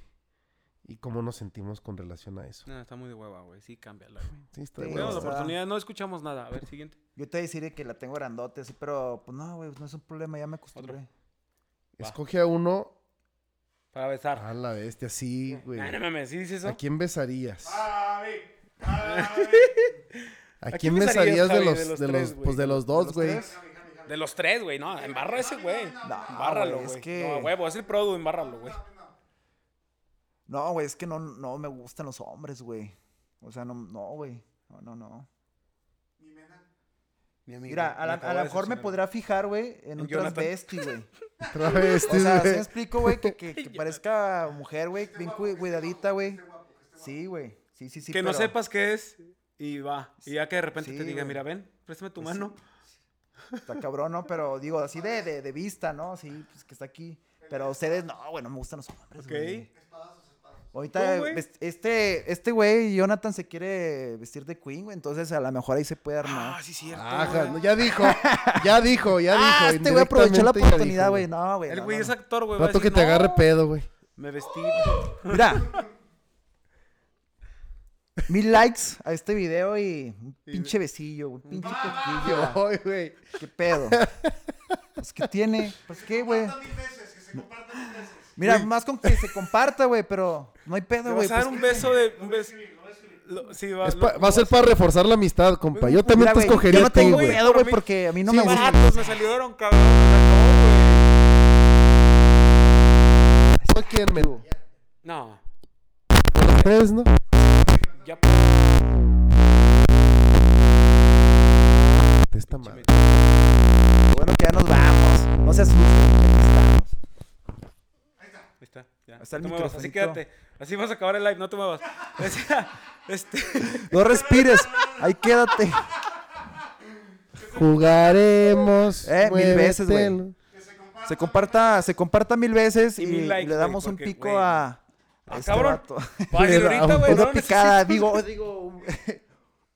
B: Y cómo nos sentimos con relación a eso.
D: No, está muy de hueva, güey. Sí, cámbiala, güey.
B: Sí, está de
A: Sí,
B: hueva.
D: Tenemos la
A: está.
D: oportunidad, no escuchamos nada. A ver, siguiente.
A: Yo te voy a decir que la tengo grandote, sí, pero pues no, güey, no es un problema, ya me acostumbré.
B: Escoge a uno
D: Para besar.
B: a la bestia, sí, güey.
D: Ah, no mames, ¿sí dices eso?
B: ¿A quién besarías?
C: Ah, David, David,
B: ¿A
D: quién
B: quién besarías
D: besarías,
B: de
D: Javi,
B: los,
D: de los
B: de
D: tres,
B: los,
D: güey?
B: pues de los
A: ¿Los
B: dos, güey?
A: tres?
D: De los tres, güey, no. Embarra ese, güey. Embárralo,
A: güey,
D: güey.
A: es que-
D: No, a huevo, es el produ, embárralo, güey.
A: No, güey, es que no, no me gustan los hombres, güey. O sea, no, no, güey. No, no, no. Mira, a la- a lo mejor me podrá fijar, güey, en un
D: Jonathan.
A: transvesti, güey. O
B: Travestis,
A: sea, ¿sí
B: güey.
A: me explico, güey? Que, que- que parezca mujer, güey, bien cu- cuidadita, güey. Sí, güey. Sí, sí, sí.
D: que no
A: pero-
D: sepas qué es y va. Y ya que de repente
A: Sí,
D: te diga,
A: güey.
D: mira, ven, préstame tu
A: Pues sí.
D: mano.
A: Está cabrón, ¿no? Pero digo, así de, de, de vista, ¿no? Sí, pues que está aquí. Pero ustedes, no, güey, no me gustan los hombres,
D: Ok.
A: pues, güey.
D: ¿Cómo,
A: Ahorita,
D: güey?
A: vest- este, este güey, Jonathan, se quiere vestir de Queen, güey. Entonces, a lo mejor ahí se puede
D: Ah,
A: armar.
D: sí, cierto.
B: Ajá,
D: güey.
B: no, ya dijo, ya dijo, ya dijo.
A: Ah, este güey aprovechó la
B: indirectamente ya dijo,
A: oportunidad, güey. No, güey.
D: El
A: no,
D: güey
A: no,
D: es
A: no.
D: actor, Pues, güey. va a
B: Rato que
D: decir,
B: te agarre
D: "No,
B: pedo, güey.
D: Me vestí.
A: Mira. Mil likes a este video y un pinche besillo, un pinche
D: Ah,
A: coquillo. güey.
B: Ay, güey.
A: ¿Qué pedo? Pues que tiene. Pues qué, güey.
C: mil veces, que se comparta mil veces.
A: Mira, más con que se comparta, güey, pero no hay
D: Te
A: pedo, güey.
D: vas a dar
A: pues
D: un
A: que-
D: beso de. Un beso. Lo- sí, va.
B: Es
D: lo-
B: pa- va a ser para reforzar la amistad, compa. Yo también
A: Mira,
B: te
A: güey,
B: escogería
A: yo
B: a
A: no
B: ti,
A: tengo
B: güey.
A: pedo, güey, porque a mí no me
D: Sí,
A: gusta.
D: vatos, me salieron, cabrón. No, güey.
B: ¿A quién, men?
D: No.
B: Los tres, ¿no?
D: Ya. p-
B: De esta madre.
A: Bueno, que ya nos vamos. No se asusten, aquí estamos.
D: Ahí está. Ya.
A: Ahí está el
D: No te muevas, Así
A: microfonito.
D: quédate. Así vas a acabar el live, no te muevas. Decía, este.
A: No respires, ahí quédate.
B: Jugaremos.
A: Eh, mil
B: muévete,
A: veces, güey.
B: ¿no?
A: Se comparta, se comparta mil veces y,
D: Y mil likes,
A: le damos
D: güey,
A: un
D: porque,
A: pico
D: güey.
A: a,
D: Ah,
A: este
D: cabrón.
A: vato.
D: Págale
B: Era
D: ahorita, güey.
A: Una
D: no necesito-
A: picada, digo, digo, un,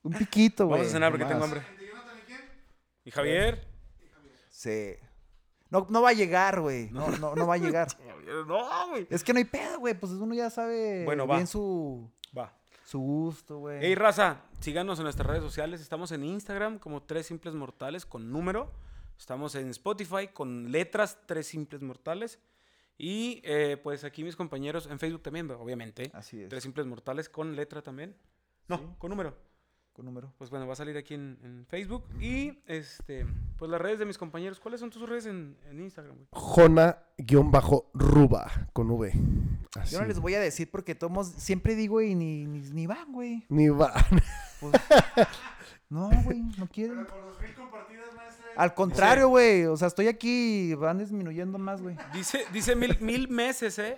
A: un piquito, güey.
D: Vamos a cenar porque tengo
A: nomás.
D: hambre.
C: ¿El de Jonathan y quién?
D: ¿Y Javier?
A: Sí. No, no va a llegar, güey. No, no, no va a llegar.
D: No, güey.
A: Es que no hay pedo, güey. Pues uno ya sabe
D: Bueno, va.
A: bien su,
D: Va.
A: su gusto, güey.
D: Ey, raza, síganos en nuestras redes sociales. Estamos en Instagram como Tres Simples Mortales con número. Estamos en Spotify con letras Tres Simples Mortales. Y eh, pues aquí mis compañeros en Facebook también, obviamente.
A: Así es.
D: Tres Simples Mortales con letra también. No, con número.
A: Con número.
D: Pues bueno, va a salir aquí en, en Facebook. Y este, pues las redes de mis compañeros. ¿Cuáles son tus redes en, en Instagram, güey?
B: Jona-ruba con V. Así.
A: Yo no les voy a decir porque todos siempre digo y ni, ni, ni van, güey.
B: Ni va.
A: Pues, no, güey, no quieren.
C: Pero con los mil compartidas, maestra.
A: Al contrario, güey. O sea, estoy aquí, van disminuyendo más, güey.
D: Dice, dice mil, mil meses, ¿eh?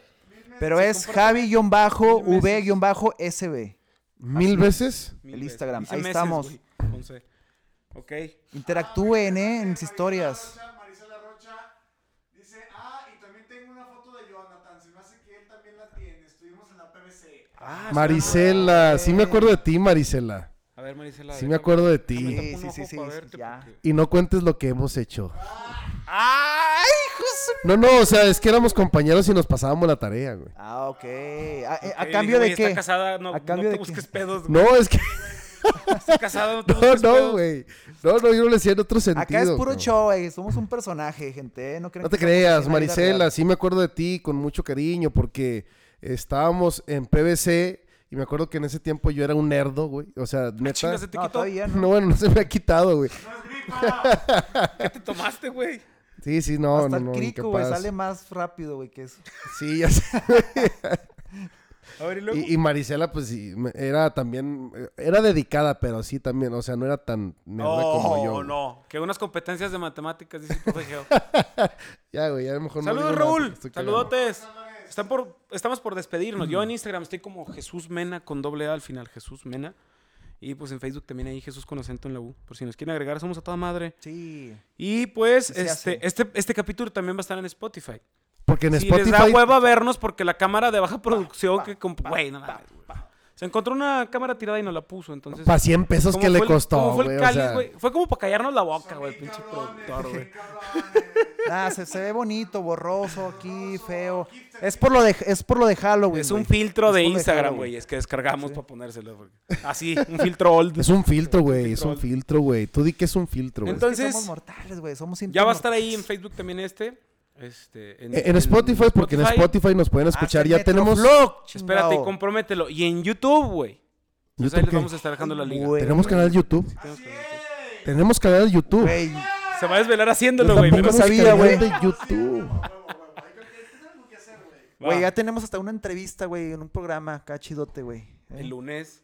A: Pero
D: Se
A: es
D: comparte mil meses.
A: Javi-V-SB. Ah,
B: Mil veces.
D: Mil
A: El
D: veces.
A: Instagram,
D: Dice
A: ahí
D: meses,
A: estamos.
D: güey, con C. Ok.
A: Interactúen,
C: Ah,
A: ¿eh? En
C: Marisela
A: mis historias.
C: Rocha, Marisela Rocha dice, ah, y también tengo una foto de Jonathan. Se me hace que él también la tiene. Estuvimos en la PVC.
D: Ah,
B: Marisela. Sí me acuerdo de ti, Marisela.
D: A ver, Marisela.
B: Sí
D: déjame-
B: me acuerdo de
D: déjame
B: ti.
A: Sí,
D: tapo
A: sí,
D: un
A: sí,
D: ojo
A: sí,
D: para
A: sí,
D: verte
A: ya.
D: porque-
B: Y no cuentes lo que hemos hecho.
D: ¡Ay, José!
B: No, no, o sea, es que éramos compañeros y nos pasábamos la tarea, güey.
A: Ah, ok. A, eh, a
D: Ok,
A: cambio
D: dije,
A: de
D: güey,
A: qué?
D: Está casada, no,
A: ¿A
D: no
A: cambio
D: te
A: de qué?
D: busques pedos. güey.
B: No, es que.
D: Está casada, no te
B: No,
D: busques pedos.
B: no, güey. No, no, yo no le decía en otro sentido.
A: pues, Acá es puro
B: cabrón.
A: show, güey. Somos un personaje, gente. ¿eh? No, crean
B: No
A: que
B: te
A: estamos
B: creas,
A: en la vida
B: Marisela,
A: real.
B: sí me acuerdo de ti con mucho cariño porque estábamos en PVC y me acuerdo que en ese tiempo yo era un nerdo, güey. O
A: Ah,
B: sea, neta.
D: Chinga, se te
A: No,
D: quitó.
A: todavía este no.
B: Ah, No, bueno, no se me ha quitado, güey.
C: ¡No es gripa!
D: ¿Qué te tomaste, güey?
B: Sí, sí, no,
A: Hasta
B: no,
A: el
B: no,
A: crico, güey.
B: incapaz.
A: Sale más rápido, güey, que eso.
B: Sí, ya sé.
D: A ver, y luego.
B: Y, y Marisela, pues sí, me- era también, era dedicada, pero sí también, o sea, no era tan nerda
A: Oh,
B: como yo.
D: No,
B: güey.
D: no. Que unas competencias de matemáticas, dice el profe Geo.
B: Ya, güey, ya a lo mejor no
D: Saludos,
B: digo nada,
D: Raúl.
B: porque estoy cagado.
D: Saludotes. Están por, estamos por despedirnos. Yo en Instagram estoy como Jesús Mena con doble A al final, Jesús Mena. Y pues en Facebook también ahí Jesús con acento en la U. Por si nos quieren agregar, somos a toda madre.
A: Sí.
D: Y pues
A: Sí se hace.
D: este, este, este capítulo también va a estar en Spotify.
B: Porque en
D: si
B: Spotify.
D: les da hueva vernos porque la cámara de baja producción que comp- güey, no mames, güey. se encontró una cámara tirada y nos la puso, entonces
B: Para 100 pesos
D: ¿cómo
B: que le
D: pues, fue el-
B: costó,
D: cómo fue el
B: güey. o
D: cáliz,
B: sea,
D: güey? Fue como para callarnos la boca,
C: Son
D: güey,
C: mil
D: pinche
C: cabrones,
D: productor,
C: son
D: güey.
C: mil cabrones.
A: Nah, se, se ve bonito, borroso aquí, feo. Es por lo de, es por lo de Halloween.
D: Es un
A: güey.
D: filtro
A: Es
D: de
A: por lo
D: Instagram,
A: Halloween.
D: güey, es que descargamos para ponérselo. güey. Así, un filtro old.
B: Es un filtro, güey. Es
D: filtro.
B: un filtro, güey. Tú di que es un filtro, güey.
D: Entonces-
A: Es que somos mortales, güey. Somos
D: Ya va a
A: simples
D: estar ahí en Facebook también este. Este,
B: En, en Spotify, porque en Spotify nos
D: ah,
B: pueden escuchar.
A: Hacen
B: Ya tenemos.
A: Metroflog, chingado.
D: Espérate, compromételo. Y en YouTube, güey. Entonces ahí
B: ¿YouTube
D: les
B: qué?
D: vamos a estar dejando la liga.
A: Güey.
B: Tenemos canal de YouTube.
D: Tenemos que-
B: Tenemos canal de YouTube.
A: Güey,
D: Se va a desvelar
B: Yo
D: haciéndolo, güey.
B: tampoco
D: pero-
A: sabía,
B: canal
A: güey.
B: de YouTube.
A: Güey,
D: Va.
A: ya tenemos hasta una entrevista, güey, en un programa acá chidote, güey. ¿eh?
D: El lunes.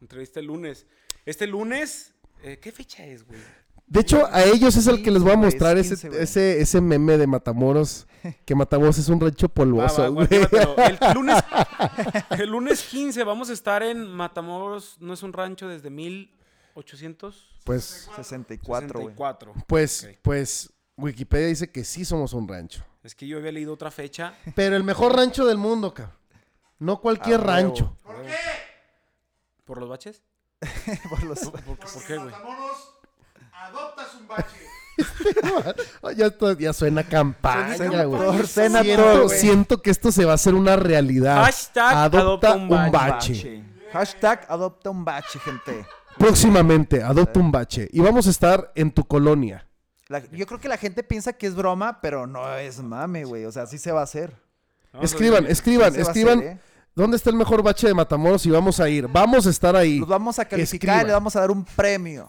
D: Entrevista el lunes. Este lunes. eh, ¿Qué fecha es, güey?
B: De hecho, a ellos es el que les voy a
A: Güey, es
B: mostrar ese,
A: 15, güey.
B: ese, ese meme de Matamoros. Que Matamoros es un rancho
D: Va, va,
B: polvoso, güey.
D: guárdatelo. el, lunes, el lunes 15 vamos a estar en Matamoros. No es un rancho desde 1864,
B: Pues,
A: 64, güey.
B: pues,
D: Ok.
B: pues, Wikipedia dice que sí somos un rancho.
D: Es que yo había leído otra fecha.
B: Pero el mejor rancho del mundo, cabrón. No cualquier
A: Ah, huevo.
B: rancho.
C: ¿Por qué?
D: ¿Por los baches?
A: Por los-
D: ¿Por, por
C: Porque
D: qué,
C: en
D: güey?
C: Matamoros adoptas un bache.
B: Ah, ya, está- ya suena campaña,
A: Senador,
B: güey.
A: senador,
B: Siento,
A: güey.
B: siento que esto se va a hacer una realidad.
D: Hashtag adopta un bache.
A: Hashtag adopta un bache, gente.
B: Próximamente, adopta un bache. Y vamos a estar en tu colonia.
A: La- yo creo que la gente piensa que es broma, pero no es mame, güey. O sea, sí se va a hacer.
D: Vamos a
B: escriban,
D: ver.
B: escriban,
A: Sí se va a
B: escriban.
A: hacer, ¿eh?
B: ¿Dónde está el mejor bache de Matamoros? Y vamos a ir. Vamos a estar ahí.
A: Los vamos a calificar y
B: Escriban.
A: le vamos a dar un premio.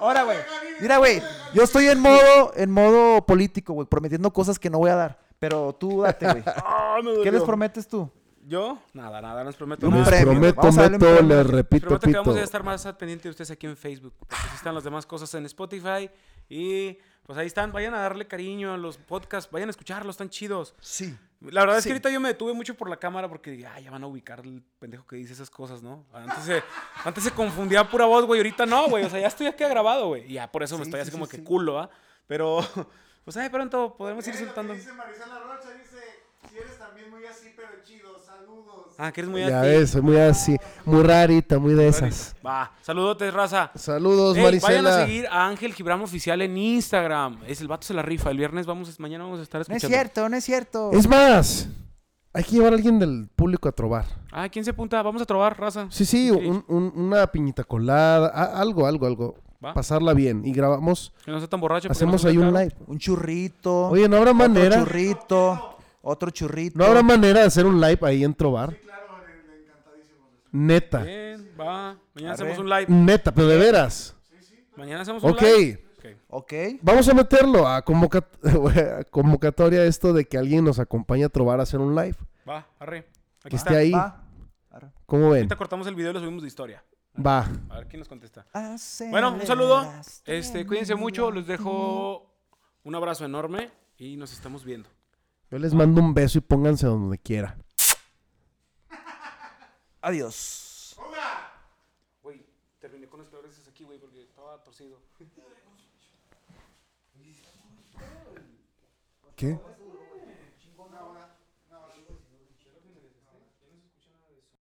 A: Ahora, güey. Mira, güey. Yo estoy en modo, en modo político, güey, prometiendo cosas que no voy a dar. Pero tú date, güey.
D: Ah, me
A: ¿Qué les
D: dolió.
A: prometes tú?
D: ¿Yo? Nada, nada, no les prometo
B: Yo
A: Un
D: nada.
B: les
A: premio.
B: prometo,
A: Vamos a darle un
B: meto,
A: premio.
B: les repito,
D: Prometo que
B: pito.
D: vamos a estar más al pendiente de ustedes aquí en Facebook. Porque sí están las demás cosas en Spotify. Y pues ahí están. Vayan a darle cariño a los podcasts. Vayan a escucharlos, están chidos.
A: Sí.
D: La verdad es que
A: Sí.
D: ahorita yo me detuve mucho por la cámara porque dije, ah, ya van a ubicar el pendejo que dice esas cosas, ¿no? Antes se, antes se confundía a pura voz, güey. Ahorita no, güey. O sea, ya estoy aquí grabado, güey. Y ya por eso me
A: Sí,
D: estoy
A: sí,
D: así
A: sí,
D: como que
A: sí.
D: culo, ¿ah? Pero, pues ahí pronto podremos ir
C: Mira lo que
D: soltando.
C: Dice Marisela Rocha, dice, si Si eres también muy así, pero chido. Saludos.
D: Ah, que eres muy
B: Ya
D: activo.
B: ves, soy muy así, muy rarita, muy de esas.
D: Va, saludotes, raza.
B: Saludos,
D: Ey, vayan a
B: Marisela.
D: seguir a Ángel Gibram Oficial en Instagram. Es el vato se la rifa. El viernes vamos, mañana vamos a estar
A: No es
D: escuchando.
A: cierto, no es cierto.
D: Oh.
B: Es más, hay que llevar a alguien del público a trobar.
D: Ah, ¿quién se apunta? Vamos a trobar, raza.
B: Sí, sí, un- un- una piñita colada, a- algo, algo, algo.
D: Va.
B: Pasarla bien. Y grabamos,
D: Que no sea tan borracho. porque
B: hacemos
D: nos
B: ahí
D: va a
B: un
D: caro.
B: live.
A: Un churrito.
B: Oye, ¿no habrá
A: otro
B: manera?
A: churrito. Otro churrito.
B: ¿No habrá manera de hacer un live ahí en Trobar? Neta,
D: Bien, va.
A: Arre.
D: Mañana hacemos un live.
B: neta, pero de veras.
D: Mañana hacemos un
B: Ok,
D: live. Ok.
A: Ok.
B: vamos a meterlo a, convocat- a convocatoria esto de que alguien nos acompañe a Trobar a hacer un live.
D: Va, arre. Aquí
B: Que
D: está.
B: esté ahí.
A: Va. Arre.
B: ¿Cómo ven?
D: Ahorita cortamos el video y lo subimos de historia.
B: Va.
D: A ver quién nos contesta. Bueno, un saludo. Este, cuídense mucho. Les dejo un abrazo enorme y nos estamos viendo.
B: Yo les mando un beso y pónganse donde quiera.
A: Adiós.
D: Güey, terminé con esto gracias aquí, güey, porque estaba torcido.
B: ¿Qué?